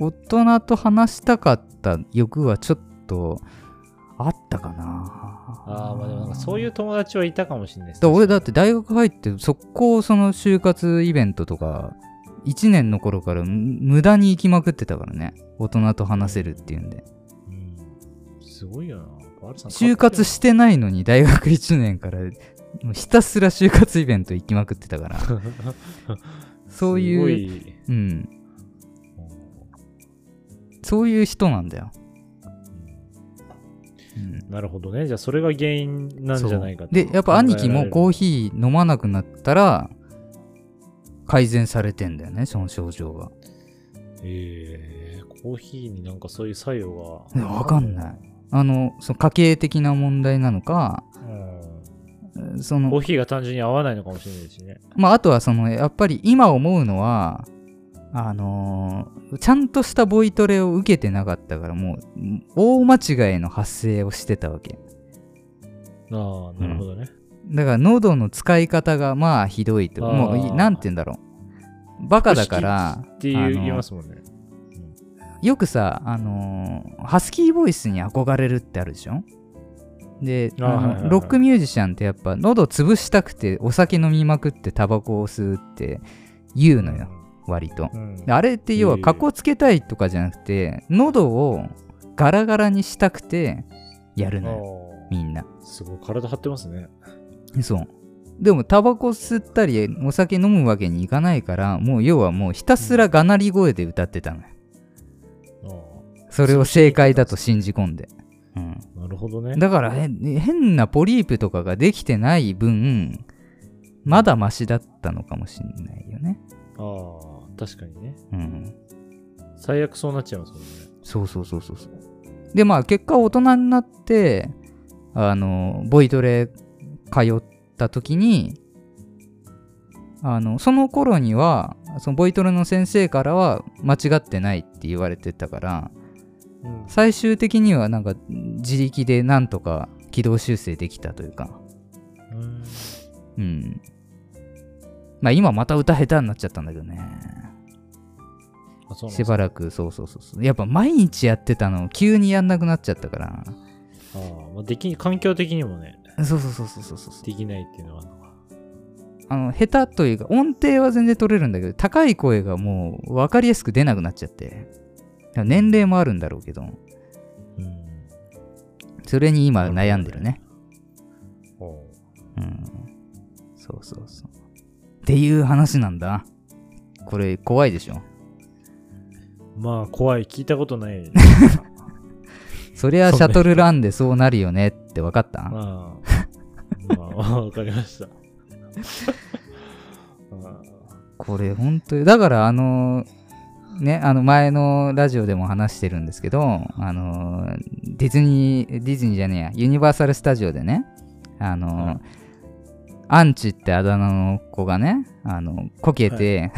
大人と話したかった欲はちょっとあったかなああまあでもなんかそういう友達はいたかもしれないです、だ俺だって大学入って速攻その就活イベントとか1年の頃からむ無駄に行きまくってたからね大人と話せるっていうんでうん、すごいよなバルさん就活してないのに大学1年からもうひたすら就活イベント行きまくってた [laughs] からそうすごいう、いうん、うそういう人なんだよ、んうん、なるほどねじゃあそれが原因なんじゃないかとそうでやっぱ兄貴考えられもるコーヒー飲まなくなったら改善されてんだよねその症状がえー、コーヒーになんかそういう作用いがやわかんないあのその家計的な問題なのかうんうんそコーのヒーが単純に合わないのかもしれないしねまああとはそのやっぱり今思うのはあのーちゃんとしたボイトレを受けてなかったからもううん大間違いの発生をしてたわけああなるほどね、だから喉の使い方がまあひどいとあーもういなんて言うんだろうバカだからってあ言のう言いますもんねよくさ、あのーハスキーボイスに憧れるってあるでしょであーあのはいはいはいロックミュージシャンってやっぱ喉潰したくてお酒飲みまくってタバコを吸うって言うのよ割とうん、うんであれって要はええかっこつけたいとかじゃなくて喉をガラガラにしたくてやるのよあみんなーすごい体張ってますねそうでもタバコ吸ったりお酒飲むわけにいかないからもう要はもうひたすらがなり声で歌ってたのよあそれを正解だと信じ込んで、うん、あなるほどねだからへ変なポリープとかができてない分まだマシだったのかもしれないよね、ああ確かにねうん、最悪そうなっちゃいますもんねそうそうそうそうそうでまあ結果大人になってあのボイトレ通った時にあのその頃にはそのボイトレの先生からは間違ってないって言われてたからうん最終的にはなんか自力でなんとか軌道修正できたというかううんん。まあ今また歌下手になっちゃったんだけどね。あそうなんしですかばらく、そうそうそうそう。やっぱ毎日やってたのを急にやんなくなっちゃったから。あー、まあ、でき環境的にもねそうそうそうそうそうそう。できないっていうのはあるのかあの、下手というか、音程は全然取れるんだけど、高い声がもう分かりやすく出なくなっちゃって。年齢もあるんだろうけど、うんそれに今悩んでるね。おううん。そうそうそう。っていう話なんだ。これ怖いでしょ。まあ、怖い。聞いたことない。そりゃシャトルランでそうなるよねって分かった、まあ、まあ、わかりました。まこれ本当にだからあのねあの前のラジオでも話してるんですけどあのディズニーディズニーじゃねえやユニバーサル・スタジオでねあの、アンチってあだ名の子がねあのこけて、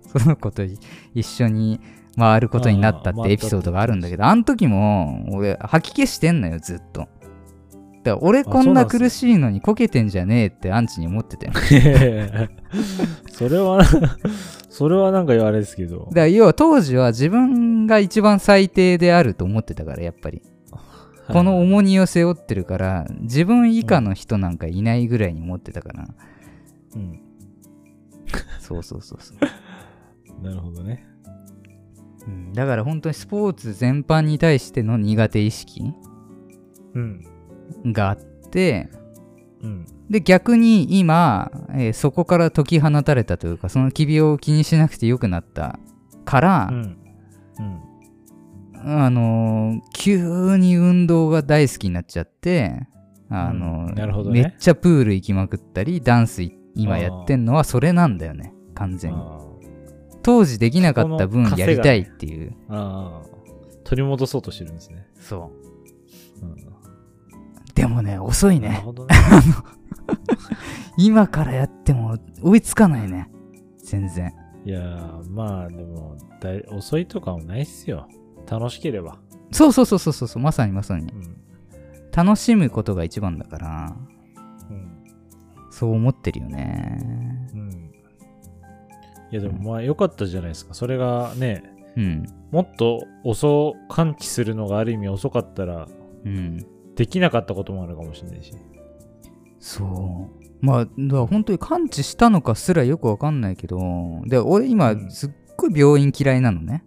[laughs] その子とい一緒に回ることになったっあーてエピソードがあるんだけどあの時も俺吐き気してんのよずっと。だから俺こんな苦しいのにこけてんじゃねえってアンチに思ってたよあそれはな、それはなんかあれですけどだ。から要は当時は自分が一番最低であると思ってたからやっぱり、このはい重荷を背負ってるから自分以下の人なんかいないぐらいに思ってたから、うんそうそうそう [laughs] そう、なるほどね。うんだから本当にスポーツ全般に対しての苦手意識うん。があってうん。で逆に今、えーそこから解き放たれたというかその機病を気にしなくてよくなったから、うん。うん。あのー急に運動が大好きになっちゃって、あのーうんなるほどねめっちゃプール行きまくったりダンスい今やってんのはそれなんだよね完全にあ当時できなかった分そこのや稼りがたいっていうーあー。取り戻そうとしてるんですね。そううんでもね遅いなるねほどね。今からやっても追いつかないね全然いやー、まあでもだい、遅いとかもないっすよ。楽しければ。そうそうそうそうそうそうまさにまさにうん。楽しむことが一番だからうん。そう思ってるよねうん。いや、でもまあ良かったじゃないですか。それがね、うんもっと遅、完治するのがある意味遅かったら、うんできなかったこともあるかもしれないし。そうまあだから本当に完治したのかすらよくわかんないけどで俺今うんすっごい病院嫌いなのね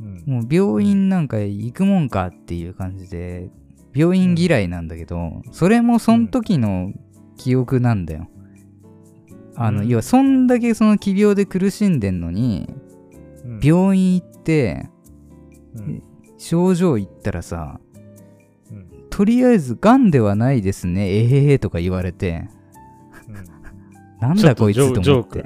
うん。もう病院なんか行くもんかっていう感じで病院嫌いなんだけどそれもその時の記憶なんだよあのうん要はそんだけその奇病で苦しんでんのにうん病院行ってうん症状行ったらさうんとりあえずがんではないですねえへへとか言われてなんだこいつと思って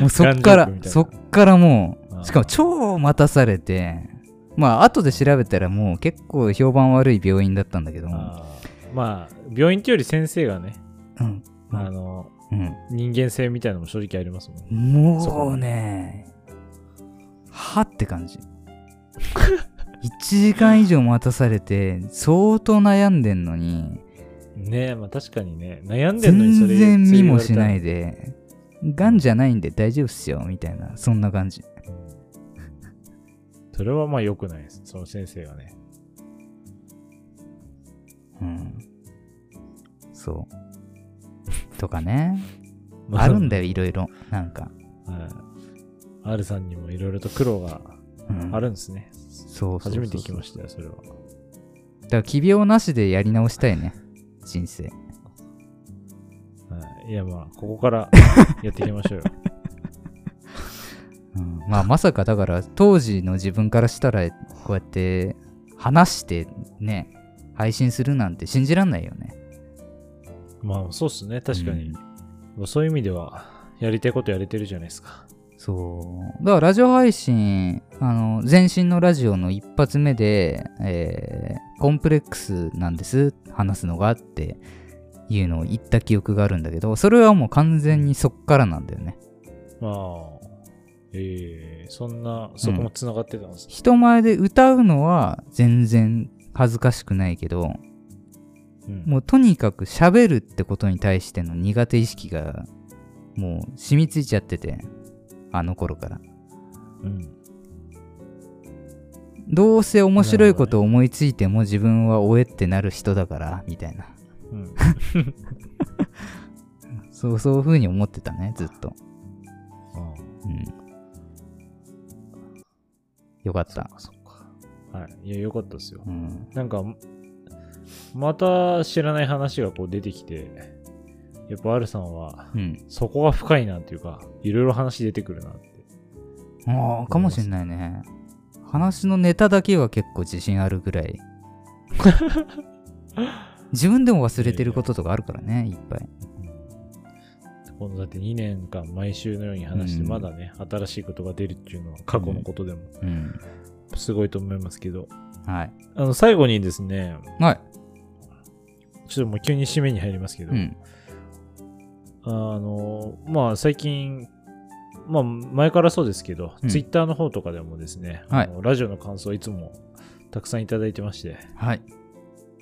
もうそっかガらンジョークみたい、なそっからもあーう、 [laughs] しかも超待たされて、まあ、後で調べたらもう結構評判悪い病院だったんだけど、 [laughs] あーまあ、病院っていうより先生がね、うん、あの、う人間性みたいなのも正直ありますもんね。ん、もうね、はって感 [laughs] じ。1時間以上待たされて、相当悩んでんのに、ねえ、まあ確かにね、悩んでんのにそ全れ。然見もしないいで、がんじゃないんで大丈夫っすよ、みたいな、そんな感じ。それはまあ良くないです。その先生がね。うん。そう。とかね。あるんだよ、いろいろ。なんか。はい。R さんにもいろいろと苦労がうん、あるんですね。そうそうそうそう初めて聞きましたよ、それは。だから、奇病なしでやり直したいね。人生。はい、いや、まあ、こ [laughs] こからやっていきましょうよ。うん、まあ、まさか、だから、当時の自分からしたら、こうやって、話して、ね、配信するなんて信じらんないよね。まあ、そうっすね。確かうにん。まあそういう意味では、やりたいことやれてるじゃないですか。そう。だから、ラジオ配信、あの、前身のラジオの一発目で、えーコンプレックスなんです、話すのがっていうのを言った記憶があるんだけど、それはもう完全にそっからなんだよね。まあ、ええそんな、そこも繋がってたんです、人前で歌うのは全然恥ずかしくないけど、うんもうとにかく喋るってことに対しての苦手意識が、もう染みついちゃってて、あの頃から。うん。どうせ面白いことを思いついても自分はおえってなる人だから、みたいな。 [laughs] うん。そう、そういう風に思ってたね、ずっと。あうん。よかっ。あ、そったかそっか。はい。いや、よかったですよう。ん。なんか、また知らない話がこう出てきて、やっぱ R さんは、うん。そこが深いなっていうか、いろいろ話出てくるなってああ、かもしんないね。話のネタだけは結構自信あるぐらい。自分でも忘れてることとかあるからね、いっぱい。このだって2年間毎週のように話して、うんまだね、新しいことが出るっていうのは過去のことでもうん。すごいと思いますけど、はい。あの、最後にですね、はい。ちょっともう急に締めに入りますけど、うん。あの、まあ最近、まあ前からそうですけど、うんツイッターの方とかでもですね、はいあのラジオの感想いつもたくさんいただいてまして、はい。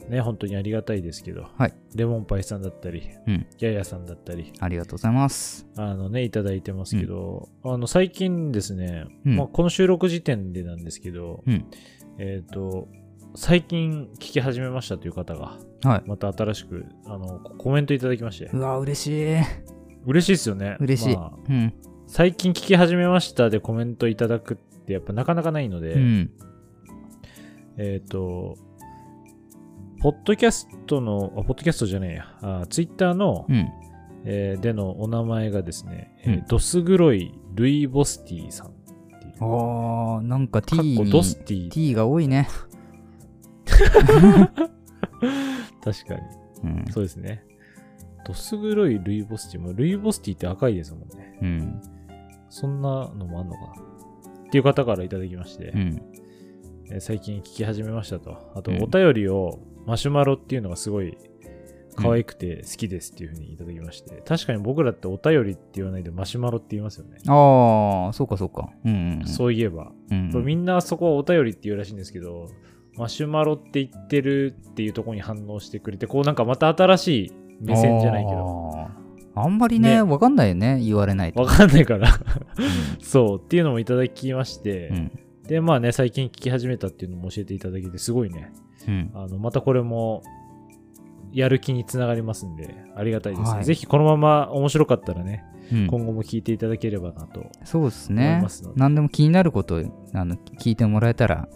ね、本当にありがたいですけど、はいレモンパイさんだったり、うんヤヤさんだったり、ありがとうございます。あのね、いただいてますけど、あの、最近ですね、うんまあ、この収録時点でなんですけど、うんえっ、と、最近聞き始めましたという方が、はい。また新しく、あの、ココメントいただきましてう、わ、嬉しい。嬉しいですよね。嬉しい。まあうん。最近聞き始めましたでコメントいただくって、やっぱなかなかないので、うん。えっ、と、ポッドキャストの、あ、ポッドキャストじゃねえや、あツイッターの、うん。えーでのお名前がですね、えーうんドス黒いルイ・ボスティさんっていう。ああ、なんか T かっこにドスティ。 T が多いね。確かに。うん。そうですね。ドス黒いルイ・ボスティも、ルイ・ボスティって赤いですもんね。うん。そんなのもあんのかな。っていう方からいただきまして、うん。えー最近聞き始めましたと。あと、うんお便りをマシュマロっていうのがすごい可愛くて好きですっていうふうにいただきまして、確かに僕らってお便りって言わないでマシュマロって言いますよね。ああ、そうかそうか。うん、うん。そういえば。うん。これみんなそこはお便りって言うらしいんですけど、マシュマロって言ってるっていうところに反応してくれて、こうなんかまた新しい目線じゃないけど、あー。あんまりね、ねわかんないよね、言われないと。わかんないから、そうっていうのもいただきまして、うん。で、まあね、最近聞き始めたっていうのも教えていただけて、すごいね、うん。あのまたこれもやる気につながりますんで、ありがたいですね。はいぜひこのまま面白かったらね、うん今後も聞いていただければなと。そうです思いねますの。で何でも気になることあの聞いてもらえたら、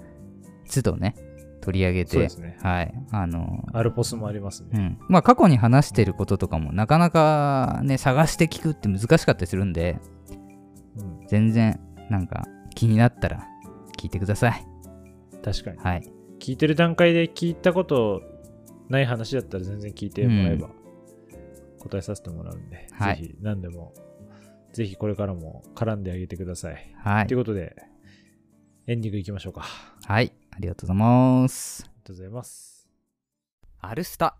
都度ね、取り上げそうでて、すね。はい。あの、アルポスもありますね。うん。まあ、過去に話してることとかも、なかなかね、探して聞くって難しかったりするんで、うん、全然、なんか、気になったら、聞いてください。確かに。はい。聞いてる段階で聞いたことない話だったら全然聞いてもらえば答えさせてもらうんで、はいぜひ何でもぜひこれからも絡んであげてください。はいとい。うことでエンディングいきましょうか。あはい。ありがとうございます。りがとうございます。アルスタ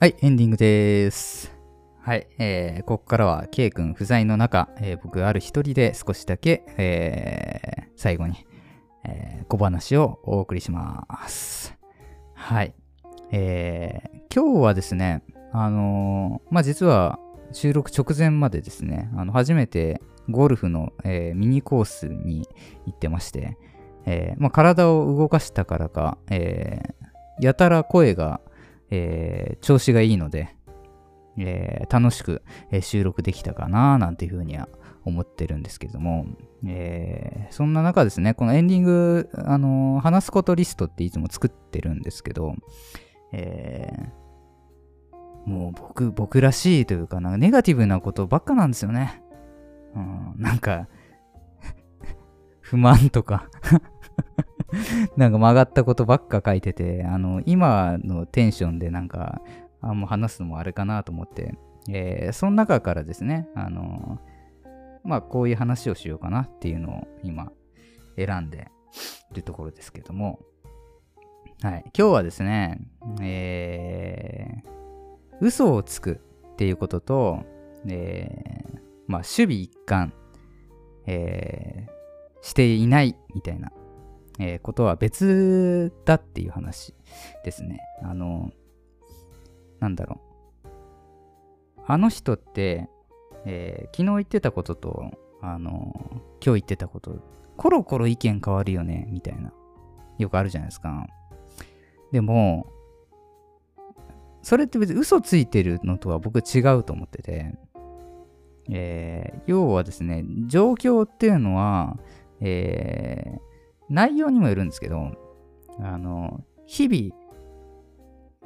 はい、エンディングです。はい、えー、ここからは K 君不在の中、えー僕ある一人で少しだけ、えー最後に、えー小話をお送りします。はい。えー今日はですね、あのーまあ、実は収録直前までですね、あの初めてゴルフの、えーミニコースに行ってまして、えーまあ、体を動かしたからか、えーやたら声がえー調子がいいので、えー楽しく、えー収録できたかななんていうふうには思ってるんですけども、えーそんな中ですね、このエンディング、あのー話すことリストっていつも作ってるんですけど、えーもう僕、僕らしいというか、なんかネガティブなことばっかなんですよね。うん、なんか、不満とか、 [laughs] なんか曲がったことばっか書いてて、あの、今のテンションでなんか、あもう話すのもあれかなと思って、えーその中からですね、あの、まあ、こういう話をしようかなっていうのを今、選んでるところですけども、はい、今日はですね、えー嘘をつくっていうことと、えーまあ、守備一貫、えーしていないみたいなえーことは別だっていう話ですね。あの、なんだろう。あの人って、えー昨日言ってたことと、あの、今日言ってたこと、コロコロ意見変わるよね、みたいな。よくあるじゃないですか。でも、それって別に嘘ついてるのとは僕違うと思ってて、えー要はですね、状況っていうのは、えー内容にもよるんですけど、あの、日々、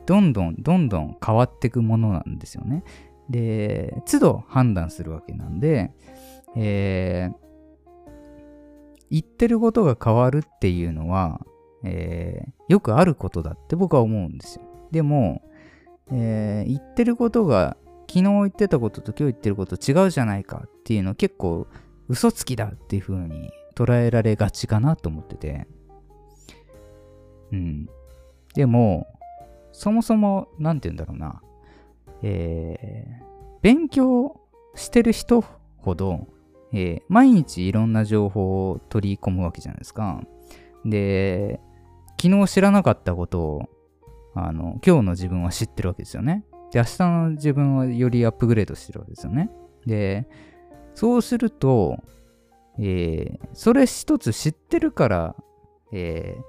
どんどんどんどん変わっていくものなんですよね。で、都度判断するわけなんで、えー言ってることが変わるっていうのは、えーよくあることだって僕は思うんですよ。でも、えー言ってることが昨日言ってたことと今日言ってること違うじゃないかっていうの結構嘘つきだっていう風に捉えられがちかなと思ってて。うん。でも、そもそも、なんて言うんだろうな。えー勉強してる人ほど、えー毎日いろんな情報を取り込むわけじゃないですか。で、昨日知らなかったことを、あの、今日の自分は知ってるわけですよね。で、明日の自分はよりアップグレードしてるわけですよね。で、そうすると、えーそれ一つ知ってるから、えー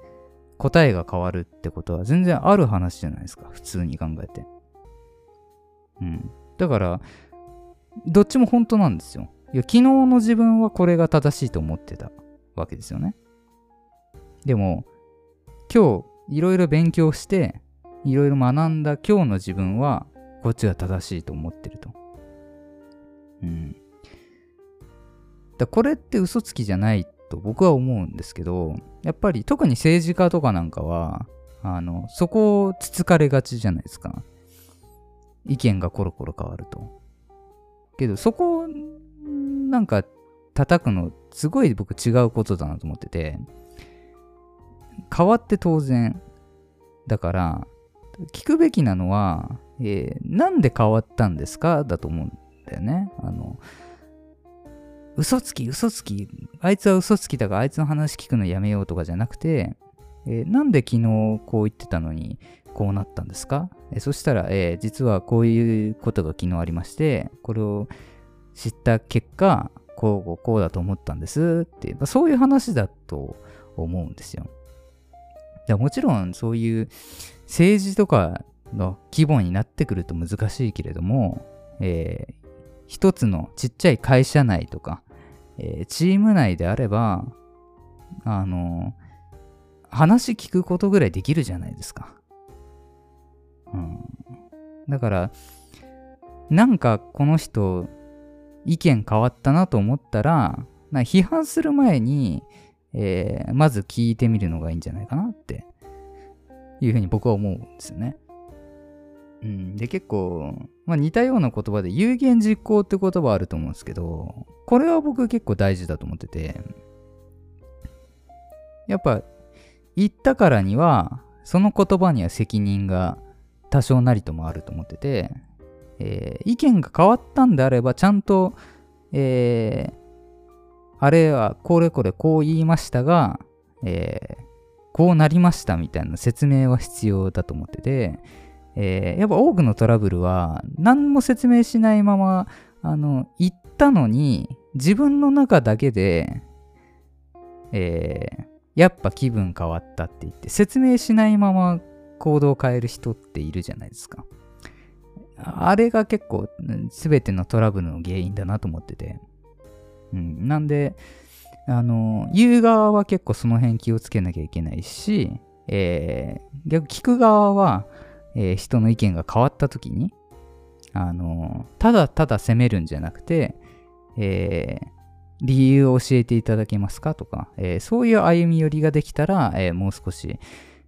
答えが変わるってことは全然ある話じゃないですか、普通に考えて。うん。だから、どっちも本当なんですよ。いや、昨日の自分はこれが正しいと思ってたわけですよね。でも、今日、いろいろ勉強して、いろいろ学んだ今日の自分は、こっちが正しいと思ってると。うん。だこれって嘘つきじゃないと僕は思うんですけど、やっぱり特に政治家とかなんかは、あの、そこをつつかれがちじゃないですか。意見がコロコロ変わると。けど、そこを、なんか、叩くの、すごい僕違うことだなと思ってて、変わって当然。だから、聞くべきなのは、えーなんで変わったんですかだと思うんだよね。あの、嘘つき、嘘つき、あいつは嘘つきだから、あいつの話聞くのやめようとかじゃなくて、えーなんで昨日こう言ってたのに、こうなったんですかえーそしたら、えー実はこういうことが昨日ありまして、これを知った結果、こうこうこうだと思ったんですって、まあそういう話だと思うんですよ。だからもちろんそういう政治とかの規模になってくると難しいけれども、えー一つのちっちゃい会社内とか、えーチーム内であれば、あの話聞くことぐらいできるじゃないですか。うん。だから、なんかこの人、意見変わったなと思ったら、な批判する前に、えーまず聞いてみるのがいいんじゃないかなっていうふうに僕は思うんですよね。うん、で結構、まあ、似たような言葉で有言実行って言葉あると思うんですけどこれは僕結構大事だと思っててやっぱ言ったからにはその言葉には責任が多少なりともあると思ってて、えー意見が変わったんであればちゃんと、えーあれはこれこれこう言いましたが、えーこうなりましたみたいな説明は必要だと思ってて、えーやっぱ多くのトラブルは何も説明しないままあの言ったのに自分の中だけで、えーやっぱ気分変わったって言って説明しないまま行動を変える人っているじゃないですか。あれが結構うん全てのトラブルの原因だなと思ってて。うん、なんで、あの、言う側は結構その辺気をつけなきゃいけないし、えー逆に聞く側は、えー人の意見が変わった時に、あの、ただただ責めるんじゃなくて、えー理由を教えていただけますかとか、えーそういう歩み寄りができたら、えーもう少し、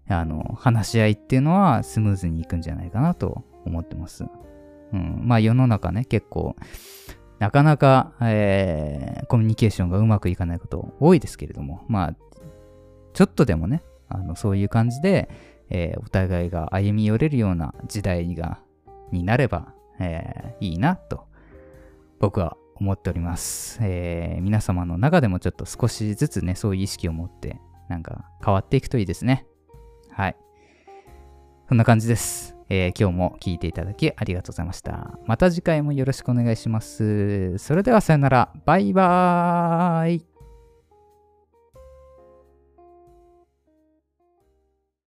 あの、話し合いっていうのはスムーズにいくんじゃないかなと思ってます。うん、まあ世の中ね、結構、なかなか、えーコミュニケーションがうまくいかないこと多いですけれども、まあ、ちょっとでもね、あのそういう感じで、えーお互いが歩み寄れるような時代が、になれば、えーいいなと、僕は思っております、えー皆様の中でもちょっと少しずつね、そういう意識を持って、なんか変わっていくといいですね。はい。そんな感じです。えー今日も聞いていただきありがとうございました。また次回もよろしくお願いします。それではさよなら。バイバーイ。